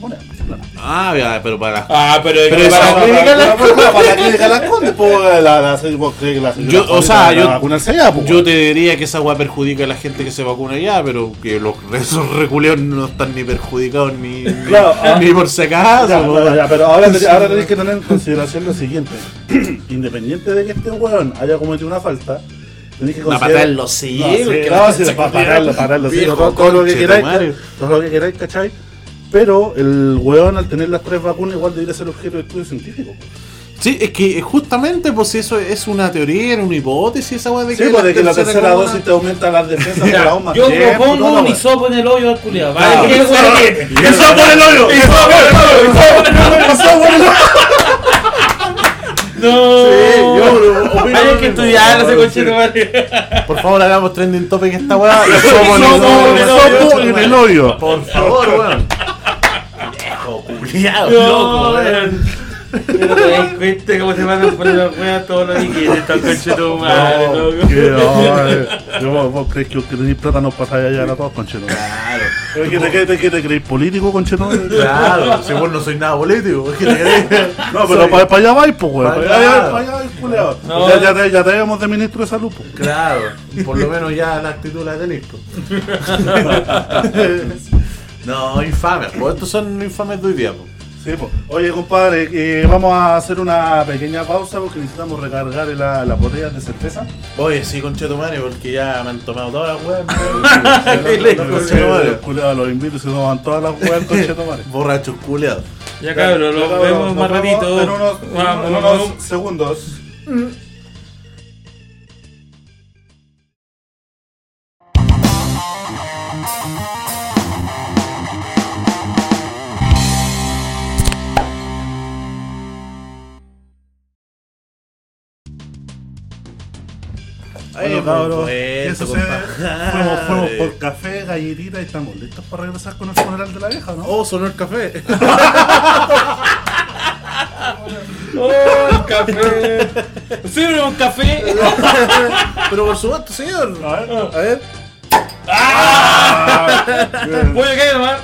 Speaker 2: bueno, claro.
Speaker 3: Ah, ya, pero para.
Speaker 4: Ah, pero,
Speaker 3: Pero
Speaker 4: que
Speaker 3: esa-
Speaker 4: para-
Speaker 3: la clínica Las
Speaker 2: para la clínica Las Condes, pues, la- la- la- vos crees que la señora
Speaker 3: Yo, o
Speaker 2: Juanita
Speaker 3: sea,
Speaker 2: la
Speaker 3: yo-
Speaker 2: vacuna se da, pues,
Speaker 3: Yo te diría que esa weá perjudica a la gente que se vacuna ya, pero que los esos reculeos no están ni perjudicados ni, ni-
Speaker 2: Claro, ah.
Speaker 3: ni por si acaso.
Speaker 2: Ya,
Speaker 3: po.
Speaker 2: ya, ya, pero ahora, te- ahora tenéis que tener en consideración lo siguiente. Independiente de que este weón haya cometido una falta, tenéis que
Speaker 3: Una
Speaker 2: considerar...
Speaker 3: patada en los
Speaker 2: No,
Speaker 3: sillés,
Speaker 2: sí,
Speaker 3: porque
Speaker 2: no,
Speaker 3: la
Speaker 2: sí,
Speaker 3: gente
Speaker 2: pa-
Speaker 3: culiao.
Speaker 2: pararlo, pararlo, sí,
Speaker 3: Viejo
Speaker 2: todo, todo lo que queráis,
Speaker 3: conchetumare.
Speaker 2: ca- todo lo que queráis, ¿cachai? Pero el weón al tener las tres vacunas igual debería ser objeto de estudio científico.
Speaker 3: Sí, es que justamente, pues si eso es una teoría, era una hipótesis, esa weá de
Speaker 2: Sí,
Speaker 3: que.
Speaker 2: pues de que la
Speaker 3: tercera
Speaker 2: tercera
Speaker 3: vacuna-
Speaker 2: dosis te aumenta las defensas
Speaker 4: Mira,
Speaker 2: te la aún más
Speaker 4: yo
Speaker 2: tiempo,
Speaker 4: propongo
Speaker 2: toda la
Speaker 4: un
Speaker 2: wea.
Speaker 4: hisopo en el hoyo al culiao.
Speaker 3: Ah.
Speaker 4: Vale, que el weón tiene.
Speaker 2: ¡Hisopo en el hoyo!
Speaker 4: Hisopo en el hoyo, hisopo en el hoyo.
Speaker 2: ¡Hisopo en el hoyo!
Speaker 4: No. Hay que estudiar ese cochino,
Speaker 3: Por favor, hagamos trending topic esta weá.
Speaker 2: Hisopo en el hoyo, hisopo en el hoyo!
Speaker 3: Por favor, weón. Viejo culiao,
Speaker 4: No,
Speaker 3: loco, weón.
Speaker 4: weón. Pero te das cuenta cómo se van a poner las weas todos los diquetes, están conchetos madre, loco.
Speaker 2: que, no, yo, vos, vos crees que que tenéis plata no pasáis allá a todos, conchetón.
Speaker 4: Claro.
Speaker 2: ¿Qué te, qué te, qué te creéis político, conchetón?
Speaker 3: Claro, si vos no sois nada político, ¿qué te crees?
Speaker 2: No, pero para, allá vais, pues, weón.
Speaker 3: Pa'
Speaker 2: Para allá
Speaker 3: allá.
Speaker 2: vais, para allá vais, culeado.
Speaker 4: No.
Speaker 2: Ya, ya, te- ya te vemos de ministro de salud, pues.
Speaker 3: Claro, por lo menos ya la actitud la tenéis. po. no, infames, pues estos son infames de hoy día. po.
Speaker 2: Sí, pues. Oye, compadre, eh, vamos a hacer una pequeña pausa porque necesitamos recargar la- las botellas de cerveza.
Speaker 3: Oye, sí, conchetumare, porque ya me han tomado todas las weas.
Speaker 2: Los
Speaker 3: conchetumare.
Speaker 2: conchetumares, culeados, los invito y se toman todas las weas en conchetumares.
Speaker 3: Borrachos culeados.
Speaker 4: Ya cabros, los vemos
Speaker 2: Nos
Speaker 4: más ratito.
Speaker 2: En unos, en
Speaker 4: Vamos,
Speaker 2: unos
Speaker 4: vamos.
Speaker 2: segundos. Oye,
Speaker 3: Bueno,
Speaker 2: cabros,
Speaker 3: pues,
Speaker 2: eso se...
Speaker 3: compadre.
Speaker 2: fuimos, fuimos por café, galletitas y estamos listos para regresar con el funeral de la vieja, ¿no?
Speaker 3: Oh, sonó el café.
Speaker 4: ¡Oh, café! ¡Sirve un café!
Speaker 3: Pero por supuesto, señor.
Speaker 2: A ver.
Speaker 3: A ver.
Speaker 4: ¿Puede caer nomás?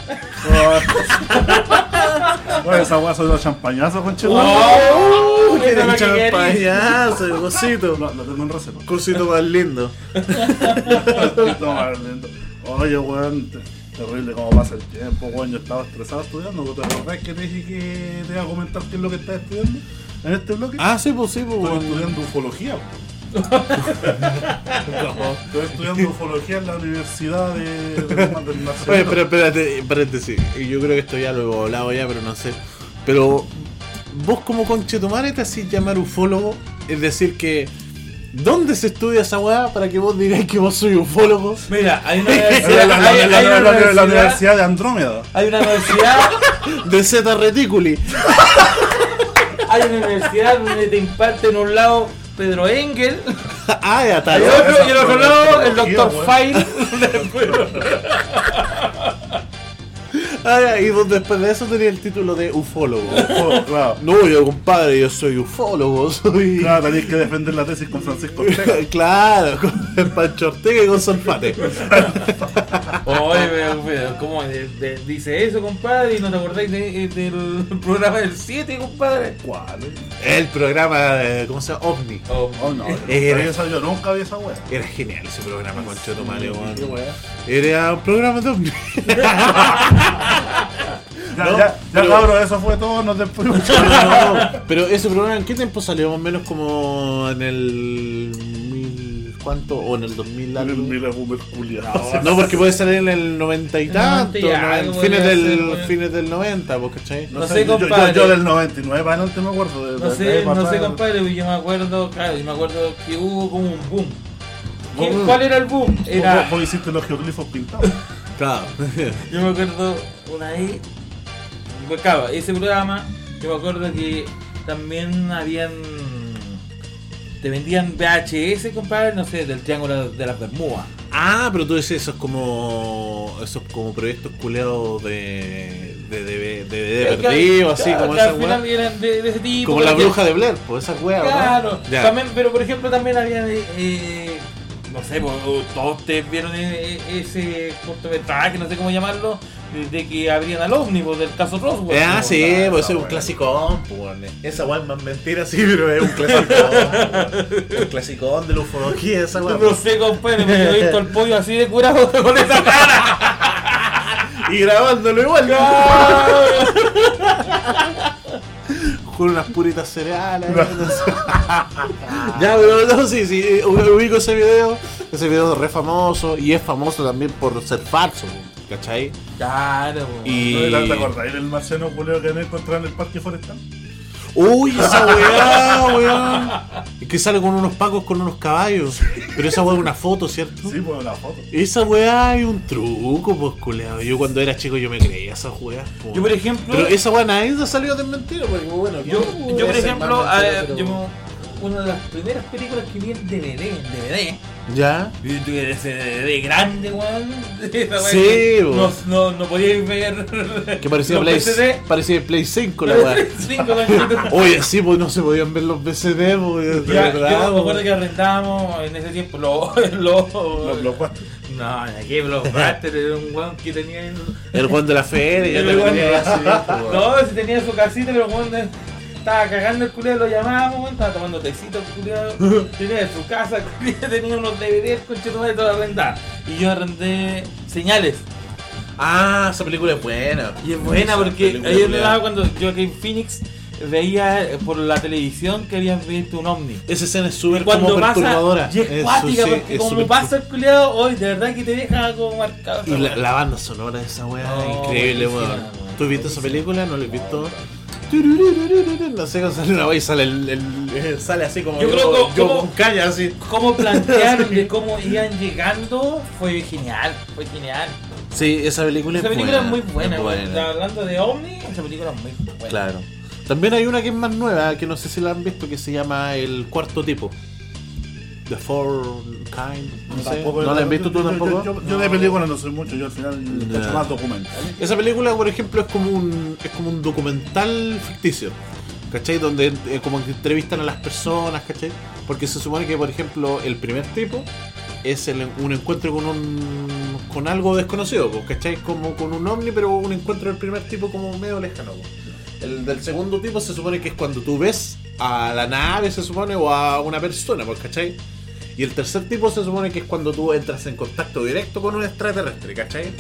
Speaker 2: Oye, esa weá son los champañazos, conchito.
Speaker 4: ¡Oh!
Speaker 3: ¿Qué
Speaker 4: esta es la que quería.
Speaker 3: champañazo, cosito.
Speaker 2: Lo, lo tengo en reserva.
Speaker 3: Cosito más lindo.
Speaker 2: No, más lento. Oye, weón, te- terrible cómo pasa el tiempo, weón. Yo estaba estresado estudiando. ¿Te acordás que te dije que te iba a comentar qué es lo que estás estudiando en este bloque?
Speaker 3: Ah, sí, pues sí, pues.
Speaker 2: Estoy
Speaker 3: bueno.
Speaker 2: estudiando ufología. pues. weón. Estoy estudiando ufología en la Universidad de, de- del Nacional.
Speaker 3: Oye, pero espérate, paréntesis. Yo creo que esto ya lo he hablado ya, pero no sé. Pero vos como conchetumare te hacís llamar ufólogo, es decir que ¿dónde se estudia esa weá para que vos digáis que vos soy ufólogo?
Speaker 4: Mira, hay una
Speaker 2: Es la, la-
Speaker 4: universidad.
Speaker 2: la-
Speaker 4: hay-
Speaker 2: la-
Speaker 4: hay
Speaker 2: la- la- la
Speaker 4: una universidad-
Speaker 2: Universidad de Andrómeda.
Speaker 4: Hay una universidad.
Speaker 3: De Z Reticuli.
Speaker 4: Hay una universidad donde te imparten un lado Pedro Engel.
Speaker 3: ah, ya está.
Speaker 4: Al
Speaker 3: ya.
Speaker 4: otro y el otro lado el doctor
Speaker 2: Bueno.
Speaker 4: File.
Speaker 3: Ah, ya, Y vos después de eso tenías el título de ufólogo.
Speaker 2: Oh, claro.
Speaker 3: No, yo compadre, yo soy ufólogo, soy.
Speaker 2: Claro, tenéis que defender la tesis con Francisco Ortega.
Speaker 3: claro, con Pancho Ortega y con Solfate.
Speaker 4: Oye, pero, pero, ¿cómo de- de- dice eso, compadre? ¿Y no te acordáis de- eh, del programa del 7, compadre?
Speaker 2: ¿Cuál? eh?
Speaker 3: El programa, eh, ¿cómo se llama? OVNI.
Speaker 4: Oh,
Speaker 2: Oh, no,
Speaker 3: Eh,
Speaker 2: yo, sabía- yo nunca vi esa wea.
Speaker 3: Era genial ese programa, concho tu madre,
Speaker 2: Qué
Speaker 3: weón.
Speaker 2: wea.
Speaker 3: Era un programa de ovni.
Speaker 2: Ya,
Speaker 3: No,
Speaker 2: ya, ya,
Speaker 3: pero-
Speaker 2: cabrón, eso fue todo, nos despedimos.
Speaker 3: No, pero ese programa, ¿en qué tiempo salió? Más o menos como en el. mil- ¿Cuánto? ¿O en el 2000 algo. No, porque puede salir en el 90 y tanto.
Speaker 4: y algo
Speaker 3: no, en fines,
Speaker 4: podría
Speaker 3: del,
Speaker 4: ser, weón.
Speaker 3: fines del 90, ¿vos cachai?
Speaker 4: No sé,
Speaker 2: yo, yo-
Speaker 4: compadre.
Speaker 2: yo del 99 para adelante ah, me
Speaker 3: Oh,
Speaker 2: acuerdo. de-
Speaker 4: No
Speaker 2: de-
Speaker 4: sé,
Speaker 3: eh,
Speaker 2: de-
Speaker 4: no
Speaker 2: para
Speaker 4: sé,
Speaker 2: atrás.
Speaker 4: compadre, pero yo me acuerdo, claro, yo me acuerdo que hubo como un boom. ¿Qué-
Speaker 3: Boom.
Speaker 4: ¿Cuál era el boom?
Speaker 2: Vos-
Speaker 4: Era,
Speaker 2: Vos, vos hiciste los geoglifos pintados.
Speaker 3: Claro.
Speaker 4: yo me acuerdo una vez, pues claro, ese programa, yo me acuerdo que también habían, te vendían VHS, compadre, no sé, del Triángulo de las Bermudas.
Speaker 3: Ah, pero tú dices esos como. esos como proyectos culeados de. de de- de- de- de
Speaker 4: Eh, Claro,
Speaker 3: perdido, así
Speaker 4: claro,
Speaker 3: como
Speaker 4: que al
Speaker 3: esas
Speaker 4: final
Speaker 3: weas.
Speaker 4: eran de, de ese tipo.
Speaker 3: Como la
Speaker 4: porque-
Speaker 3: bruja de Blair, pues esas weas, ¿no?
Speaker 4: Claro,
Speaker 3: Ya.
Speaker 4: también, pero por ejemplo también había, eh, eh, no sé, po, todos ustedes vieron eh, eh, ese cortometraje, no sé cómo llamarlo, de, de que abrían al ómnibus del caso Roswell.
Speaker 3: Ah,
Speaker 4: po,
Speaker 3: sí,
Speaker 4: la-
Speaker 3: pues
Speaker 4: la
Speaker 3: es un
Speaker 4: wea.
Speaker 3: clasicón, pues, weón. Esa weá es más mentira, sí, pero es un clasicón. weón. un clasicón de la ufología, esa weá.
Speaker 4: No sé, compadre, me he visto el pollo así de curado con esa cara.
Speaker 3: Y grabándolo igual,
Speaker 4: ¡Ah!
Speaker 3: Con unas puritas cereales. no sé. ya, pero no, sí, sí, eh, ubico ese video. Ese video es re famoso y es famoso también por ser falso, weón, ¿cachai?
Speaker 4: Claro, po.
Speaker 3: Y.
Speaker 2: ¿Te acordáis del marciano culeo que no encontraron en el parque forestal?
Speaker 3: Uy, esa weá, weón. Es que sale con unos pacos con unos caballos. Pero esa weá es una foto, ¿cierto?
Speaker 2: Sí, pues la foto.
Speaker 3: Esa weá es un truco, pues culeado. Yo cuando era chico yo me creía esas weas. po.
Speaker 4: Yo, por ejemplo-
Speaker 3: Uh, Pero esa weá nadie se ha salido de mentira, porque pues, bueno,
Speaker 4: ah, Yo, yo, por ejemplo, a- yo, me- una de las primeras películas que vi en DVD. en DVD.
Speaker 3: ¿Ya?
Speaker 4: Y tú eres ese DVD grande, weón. Esa weá
Speaker 3: Sí,
Speaker 4: que
Speaker 3: weón.
Speaker 4: No, no, no podías ver.
Speaker 3: Que parecía
Speaker 4: los
Speaker 3: Play,
Speaker 4: PCD.
Speaker 3: parecía Play 5 la weá.
Speaker 4: Cinco, tanquitos.
Speaker 3: Oye, sí, pues no se podían ver los BCD, pues, de
Speaker 4: Ya,
Speaker 3: verdad,
Speaker 4: yo me
Speaker 3: pues.
Speaker 4: acuerdo que arrendábamos en ese tiempo los. los
Speaker 2: Los blockbusters.
Speaker 4: No, en aquel Blockbuster era un weón que tenía. el-
Speaker 3: El Juan de la Feria,
Speaker 4: El
Speaker 3: ya te
Speaker 4: Juan-
Speaker 3: acuerdas, sí, pues, weón.
Speaker 4: No, si tenía su casita, pero weón de- estaba cagando el culiao, lo llamábamos, weón, estaba tomando tecito, el culiao. Tenía su casa, el culiao, tenía unos DVDs, conchetumare, todo arrendado. Y yo arrendé señales.
Speaker 3: Ah, esa película es buena.
Speaker 4: Y es buena
Speaker 3: Esa
Speaker 4: porque
Speaker 3: película
Speaker 4: ayer
Speaker 3: es
Speaker 4: me
Speaker 3: buena.
Speaker 4: daba cuando yo aquí en Phoenix veía eh, por la televisión que habían visto un ovni.
Speaker 3: Esa escena es súper como
Speaker 4: Cuando pasa,
Speaker 3: perturbadora.
Speaker 4: y es
Speaker 3: Eso
Speaker 4: cuática,
Speaker 3: sí,
Speaker 4: porque
Speaker 3: es
Speaker 4: como
Speaker 3: súper
Speaker 4: pasa el culiado, hoy de verdad que te deja como marcado.
Speaker 3: Y la, la banda sonora de esa weá es
Speaker 4: No,
Speaker 3: increíble,
Speaker 4: buenísima,
Speaker 3: weón.
Speaker 4: weón.
Speaker 3: ¿Tú has visto esa
Speaker 4: Buenísima.
Speaker 3: película? ¿No la has visto? Turururururu, No sé, cómo sale una weá y sale, el, el- sale así como
Speaker 4: Yo creo que-
Speaker 3: yo
Speaker 4: como-
Speaker 3: con caña, así.
Speaker 4: Cómo plantearon de cómo iban llegando fue genial, fue genial.
Speaker 3: Sí, esa película
Speaker 4: Esa
Speaker 3: es
Speaker 4: película es
Speaker 3: buena,
Speaker 4: muy buena, weón. hablando de ovni, esa película es muy buena.
Speaker 3: Claro. También hay una que es más nueva, que no sé si la han visto, que se llama El Cuarto Tipo. The Four Kind. No, sé.
Speaker 2: Tampoco-
Speaker 3: ¿No la has visto tú
Speaker 2: yo- yo-
Speaker 3: tampoco?
Speaker 2: Yo, yo de películas no soy mucho, yo al final
Speaker 3: Ya.
Speaker 2: cacho más documentales.
Speaker 3: Esa película, por ejemplo, es como un, es como un documental ficticio. ¿Cachai? Donde eh, como que entrevistan a las personas, ¿cachai? Porque se supone que, por ejemplo, el primer tipo es el- un encuentro con un con algo desconocido, pues, ¿cachai? Como con un ovni, pero un encuentro del primer tipo como medio lejano. pues. El del segundo tipo se supone que es cuando tú ves a la nave, se supone, o a una persona, pues, ¿cachai? Y el tercer tipo se supone que es cuando tú entras en contacto directo con un extraterrestre, ¿cachai?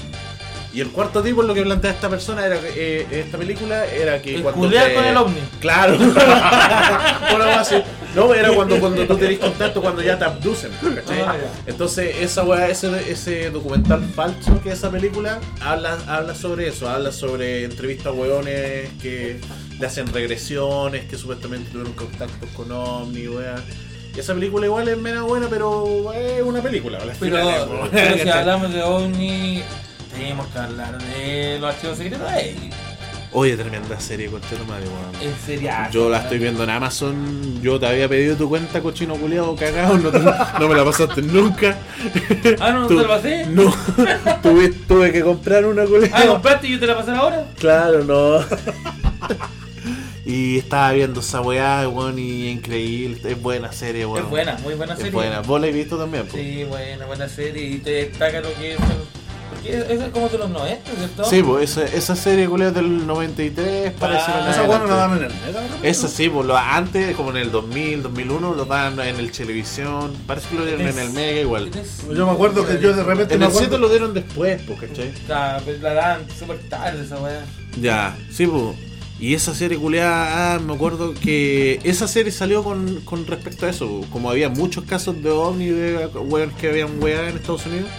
Speaker 3: Y el cuarto tipo, lo que plantea esta persona, era que, eh, esta película, era que
Speaker 4: El
Speaker 3: cuando.
Speaker 4: culear con el ovni.
Speaker 3: Claro. Una wea así. No, era cuando, cuando tú tenés contacto, cuando ya te abducen, ¿cachai?
Speaker 4: Ah, ya.
Speaker 3: Entonces, esa weá, ese, ese documental falso que es esa película, habla, habla sobre eso, habla sobre entrevistas a weones que le hacen regresiones, que supuestamente tuvieron contactos con ovni, weá. Y esa película igual es mera buena, pero es una película. al
Speaker 4: Pero,
Speaker 3: final es, weón.
Speaker 4: pero si
Speaker 3: ¿Cachai?
Speaker 4: hablamos de ovni, tenemos que hablar de los archivos secretos. Ey,
Speaker 3: Oye, tremenda serie, conchero madre, weón.
Speaker 4: es seriazo,
Speaker 3: Yo la
Speaker 4: ¿no?
Speaker 3: estoy viendo en Amazon. Yo te había pedido tu cuenta, cochino culiado, cagado. No, te- no me la pasaste nunca.
Speaker 4: Ah, no, no
Speaker 3: Tú-
Speaker 4: te la pasé.
Speaker 3: No, tuve, tuve que comprar una
Speaker 4: Ah,
Speaker 3: culiado.
Speaker 4: compraste y yo te la pasé ahora.
Speaker 3: claro, no. Y estaba viendo esa weá, weón, y increíble. Es buena serie, weón.
Speaker 4: Es buena, muy buena
Speaker 3: Es
Speaker 4: serie.
Speaker 3: buena. Vos la he visto también, po?
Speaker 4: Sí, buena, buena serie. Y te destaca lo que es. Porque eso es como de los 90, ¿cierto?
Speaker 3: Sí, pues esa, esa serie, culiado, del 93, parece.
Speaker 4: Ah,
Speaker 3: en
Speaker 2: Esa bueno la
Speaker 3: adelante.
Speaker 2: daban en el Mega, ¿no?
Speaker 3: Eso sí, pues lo- antes, como en el 2000, 2001, lo daban en el televisión. Parece que lo dieron en el Mega igual.
Speaker 4: Tienes-
Speaker 2: Yo me acuerdo que yo de repente
Speaker 3: En
Speaker 2: me
Speaker 3: el
Speaker 2: acuerdo-
Speaker 3: 7 lo dieron después, pues, ¿cachai?
Speaker 4: La, pues, la dan súper tarde esa weá.
Speaker 3: Ya, sí, pues. Y esa serie culiada, ah, me acuerdo que esa serie salió con, con respecto a eso, po. como había muchos casos de ovni, de weón que habían weá en Estados Unidos,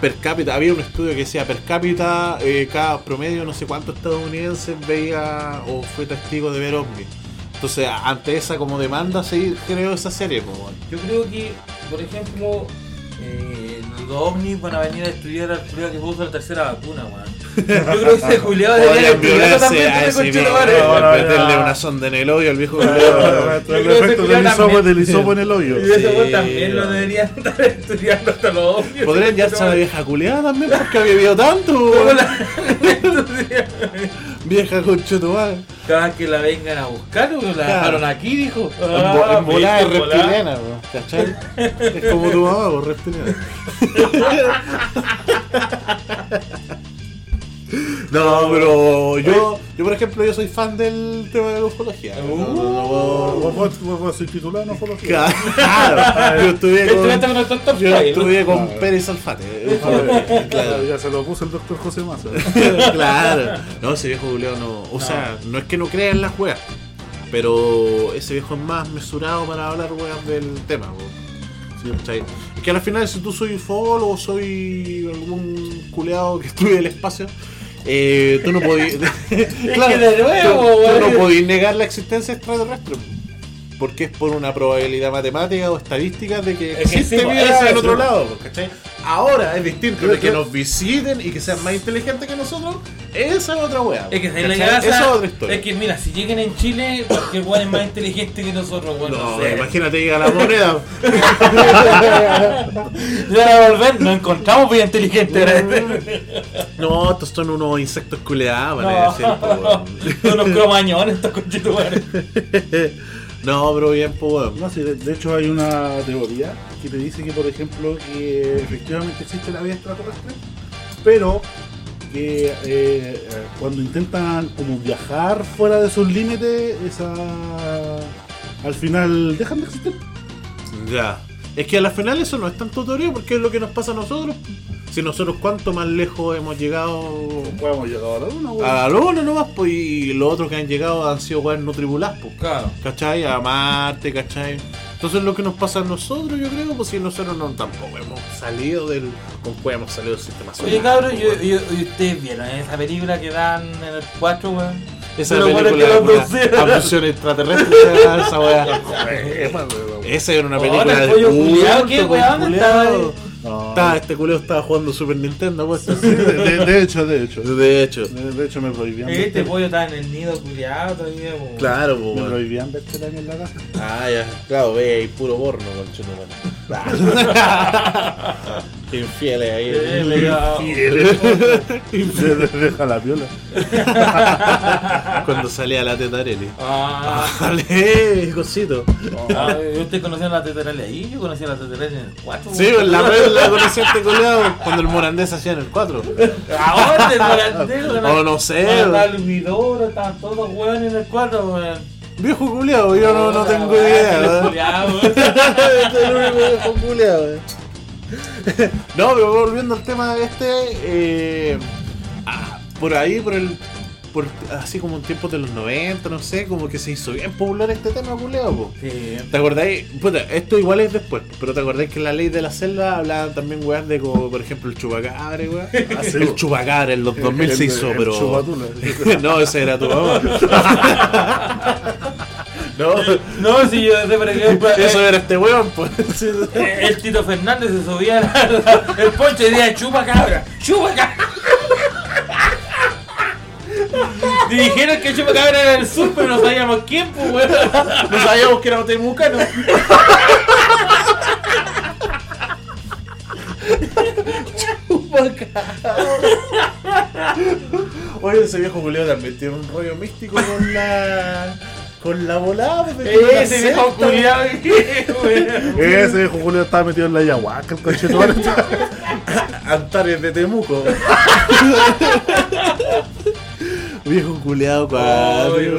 Speaker 3: per cápita, había un estudio que decía per cápita, eh, cada promedio no sé cuánto estadounidense veía o fue testigo de ver ovni. Entonces, a- ante esa como demanda se creó esa serie, pues. weón.
Speaker 4: Yo creo que, por ejemplo, eh, los ovnis van a venir a estudiar al culiao que puso la tercera vacuna, weón. Yo creo que ese culiao
Speaker 3: Podrían
Speaker 4: debería estudiarlo
Speaker 3: violarse
Speaker 4: también,
Speaker 3: a
Speaker 4: tiene
Speaker 3: ese
Speaker 4: conchito
Speaker 3: viejo,
Speaker 4: madre.
Speaker 2: No, no,
Speaker 3: meterle
Speaker 2: no.
Speaker 3: una sonda en el hoyo al viejo.
Speaker 2: El
Speaker 4: creo
Speaker 2: efecto
Speaker 4: que ese culiao
Speaker 2: del hisopo,
Speaker 4: también.
Speaker 2: del hisopo en el hoyo.
Speaker 4: Y ese
Speaker 3: Sí,
Speaker 4: weón también lo
Speaker 3: weón.
Speaker 4: debería estar estudiando hasta los ovnis.
Speaker 3: Podrían ya ser vieja culiada también porque ha vivido tanto.
Speaker 4: ¿Cómo
Speaker 3: weón.
Speaker 4: la-
Speaker 3: Vieja conchetumal.
Speaker 4: Cada vez que la vengan a buscar, weón, la
Speaker 3: Claro.
Speaker 4: dejaron aquí, dijo.
Speaker 3: En bo- en volada es
Speaker 4: viste, Ah, volada.
Speaker 3: reptiliana, weón, ¿cachai? Es como tu mamá, por reptiliana. No, pero yo, yo por ejemplo, yo soy fan del tema de la ufología. No,
Speaker 4: Uh.
Speaker 3: no, no, no,
Speaker 2: Vos- vos- vos- vos sois titular, no fue lo que-
Speaker 3: Claro, yo estudié
Speaker 4: Estuviste Este con
Speaker 3: con,
Speaker 4: el doctor
Speaker 3: yo
Speaker 4: Freud, ¿no?
Speaker 3: estudié con Pérez Alfate. eh,
Speaker 2: Claro, Ya se lo puso el doctor José Massa.
Speaker 3: claro. No, ese viejo culiao no. O sea, no es que no crea en las weas. Pero ese viejo es más mesurado para hablar weas del tema, po. Sí, ¿cachai? Es que al final, si tú soy ufólogo o soy algún culeado que estudia el espacio, eh, tú no podías.
Speaker 4: que de nuevo,
Speaker 3: tú- tú,
Speaker 4: weón.
Speaker 3: no podías negar la existencia extraterrestre. po. Porque es por una probabilidad matemática o estadística de que
Speaker 4: Es que
Speaker 3: existe
Speaker 4: sí, po,
Speaker 3: vida
Speaker 4: eso,
Speaker 3: en otro
Speaker 4: po.
Speaker 3: lado, po, ¿cachai? Ahora es distinto,
Speaker 2: Creo
Speaker 3: de que
Speaker 2: que-
Speaker 3: nos visiten y que sean más inteligentes que nosotros, Esa es otra wea.
Speaker 4: Es que ¿sabes la
Speaker 3: ¿cachai?
Speaker 4: grasa?
Speaker 3: Esa es otra historia.
Speaker 4: Es que mira, si llegan en Chile, cualquier weón es más inteligente que nosotros, weón.
Speaker 3: No,
Speaker 4: sé.
Speaker 3: imagínate llega la moneda.
Speaker 4: Ya la volver, nos encontramos bien inteligente.
Speaker 3: no, estos son unos insectos culeados, van a decir, po,
Speaker 4: No, son unos cromañones estos conchetumares.
Speaker 3: weón. No, pero bien, po, weón.
Speaker 2: No, sí, de, de hecho hay una teoría que te dice que, por ejemplo, que efectivamente existe la vida extraterrestre, pero que eh, eh, cuando intentan como viajar fuera de sus límites, esa... al final dejan de existir.
Speaker 3: Ya. Es que a la final eso no es tanto teoría porque es lo que nos pasa a nosotros. Si nosotros cuánto más lejos hemos llegado
Speaker 2: Pues hemos llegado a la luna, weón.
Speaker 3: a la luna nomás, pues, y los otros que han llegado han sido weas no tribuladas, pues.
Speaker 4: Claro.
Speaker 3: ¿Cachai? A Marte, ¿cachai? Entonces lo que nos pasa a nosotros, yo creo, pues si nosotros no tampoco hemos salido del. con cuál hemos salido del sistema solar.
Speaker 4: Oye, cabros,
Speaker 3: pues,
Speaker 4: yo,
Speaker 3: weón.
Speaker 4: yo, y ustedes vieron esa película que dan en el 4, weón.
Speaker 3: Esa
Speaker 4: Pero bueno,
Speaker 3: película
Speaker 4: que
Speaker 3: de
Speaker 4: los
Speaker 3: una
Speaker 4: pusieron.
Speaker 3: abducción extraterrestre, esa wea. Esa era una
Speaker 4: Oh,
Speaker 3: película
Speaker 4: el
Speaker 3: de
Speaker 4: pollo
Speaker 3: culto,
Speaker 4: culiao, ¿qué,
Speaker 3: con
Speaker 4: weón?
Speaker 3: culiao.
Speaker 4: Estaba-
Speaker 2: No,
Speaker 3: Estaba- este culeo estaba jugando Super Nintendo, pues.
Speaker 2: sí, de, de- de hecho, de hecho.
Speaker 3: De hecho,
Speaker 2: De, de hecho me prohibían
Speaker 3: Eh,
Speaker 2: ver
Speaker 4: Este
Speaker 2: tele-
Speaker 4: pollo está en el nido culiado todavía, weón.
Speaker 3: claro, pues.
Speaker 2: me
Speaker 3: weón.
Speaker 2: prohibían ver tele en la casa.
Speaker 3: Ah, ya, claro, ve ahí puro porno, conchetumare. Qué infieles ahí.
Speaker 4: Eh, pegado.
Speaker 2: De- de- Deja la viola.
Speaker 3: Cuando salía la teta Arely.
Speaker 4: Ah.
Speaker 3: Vale, cosito.
Speaker 4: Ah, ¿Ustedes conocían la teterele ahí? Yo conocía la teterele en el 4.
Speaker 3: eh. Sí, en la red la conocí a este coleado cuando el Morandés hacía en el 4.
Speaker 4: Ahora el morandero.
Speaker 3: Oh, no sé, weón.
Speaker 4: Estaba el Vidoro, estaban todos weón en el 4, weón.
Speaker 3: Viejo culeado, yo no, no
Speaker 4: Ahora,
Speaker 3: tengo
Speaker 4: weón,
Speaker 3: idea.
Speaker 4: el
Speaker 3: ¿verdad?
Speaker 4: culiao,
Speaker 3: Este es el único viejo culiao, eh. No, pero volviendo al tema de este, eh, ah, por ahí, por el. Por, así como en tiempos de los 90, no sé, como que se hizo bien popular este tema, culeado, po.
Speaker 4: Sí.
Speaker 3: ¿Te acordáis? Puta, esto igual es después, pero ¿te acordáis que en la ley de la celda hablaban también, weón, de como, por ejemplo, el chupacabre, weón?
Speaker 2: sí,
Speaker 3: el
Speaker 2: po.
Speaker 3: chupacabre en los 2000 se
Speaker 2: El-
Speaker 3: hizo,
Speaker 2: el
Speaker 3: pero.
Speaker 2: chupatula.
Speaker 3: no, ese era tu mamá. no,
Speaker 4: No, si yo sé, por ejemplo.
Speaker 3: eso
Speaker 4: eh,
Speaker 3: era este weón, pues.
Speaker 4: eh, El Tito Fernández se subía la- la- el poncho y decía chupa cabra, chupa cabra. Y dijeron que chupa cabra era el sur, pero no sabíamos quién, pues, weón.
Speaker 3: No sabíamos que era un temucano. Oye, ese viejo culiao también tiene un rollo místico con la. con la volada. pues, de que
Speaker 4: Ese
Speaker 3: la
Speaker 4: viejo
Speaker 3: secta.
Speaker 4: culiado, weón.
Speaker 2: Ese viejo Julio estaba metido en la ayahuasca, el conchetumare.
Speaker 3: Antares de Temuco. Viejo culeado
Speaker 4: viejo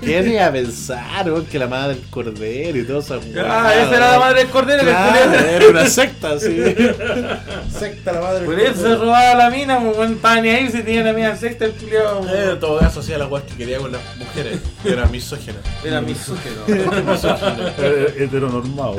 Speaker 3: ¿Qué le iba a pensar, weón? Que la madre del cordero y todo eso.
Speaker 4: Ah, esa era la madre del cordero que
Speaker 3: Claro,
Speaker 4: el
Speaker 3: era una secta, sí. secta la madre.
Speaker 4: Por eso se robaba la mina, pues weón, estaba ni ahí si tenía la mina sexta el culiado.
Speaker 3: Eh, todo eso hacía la weá que quería con las mujeres. Era misógena.
Speaker 4: Era mi sujero.
Speaker 2: Eh, Heteronormado.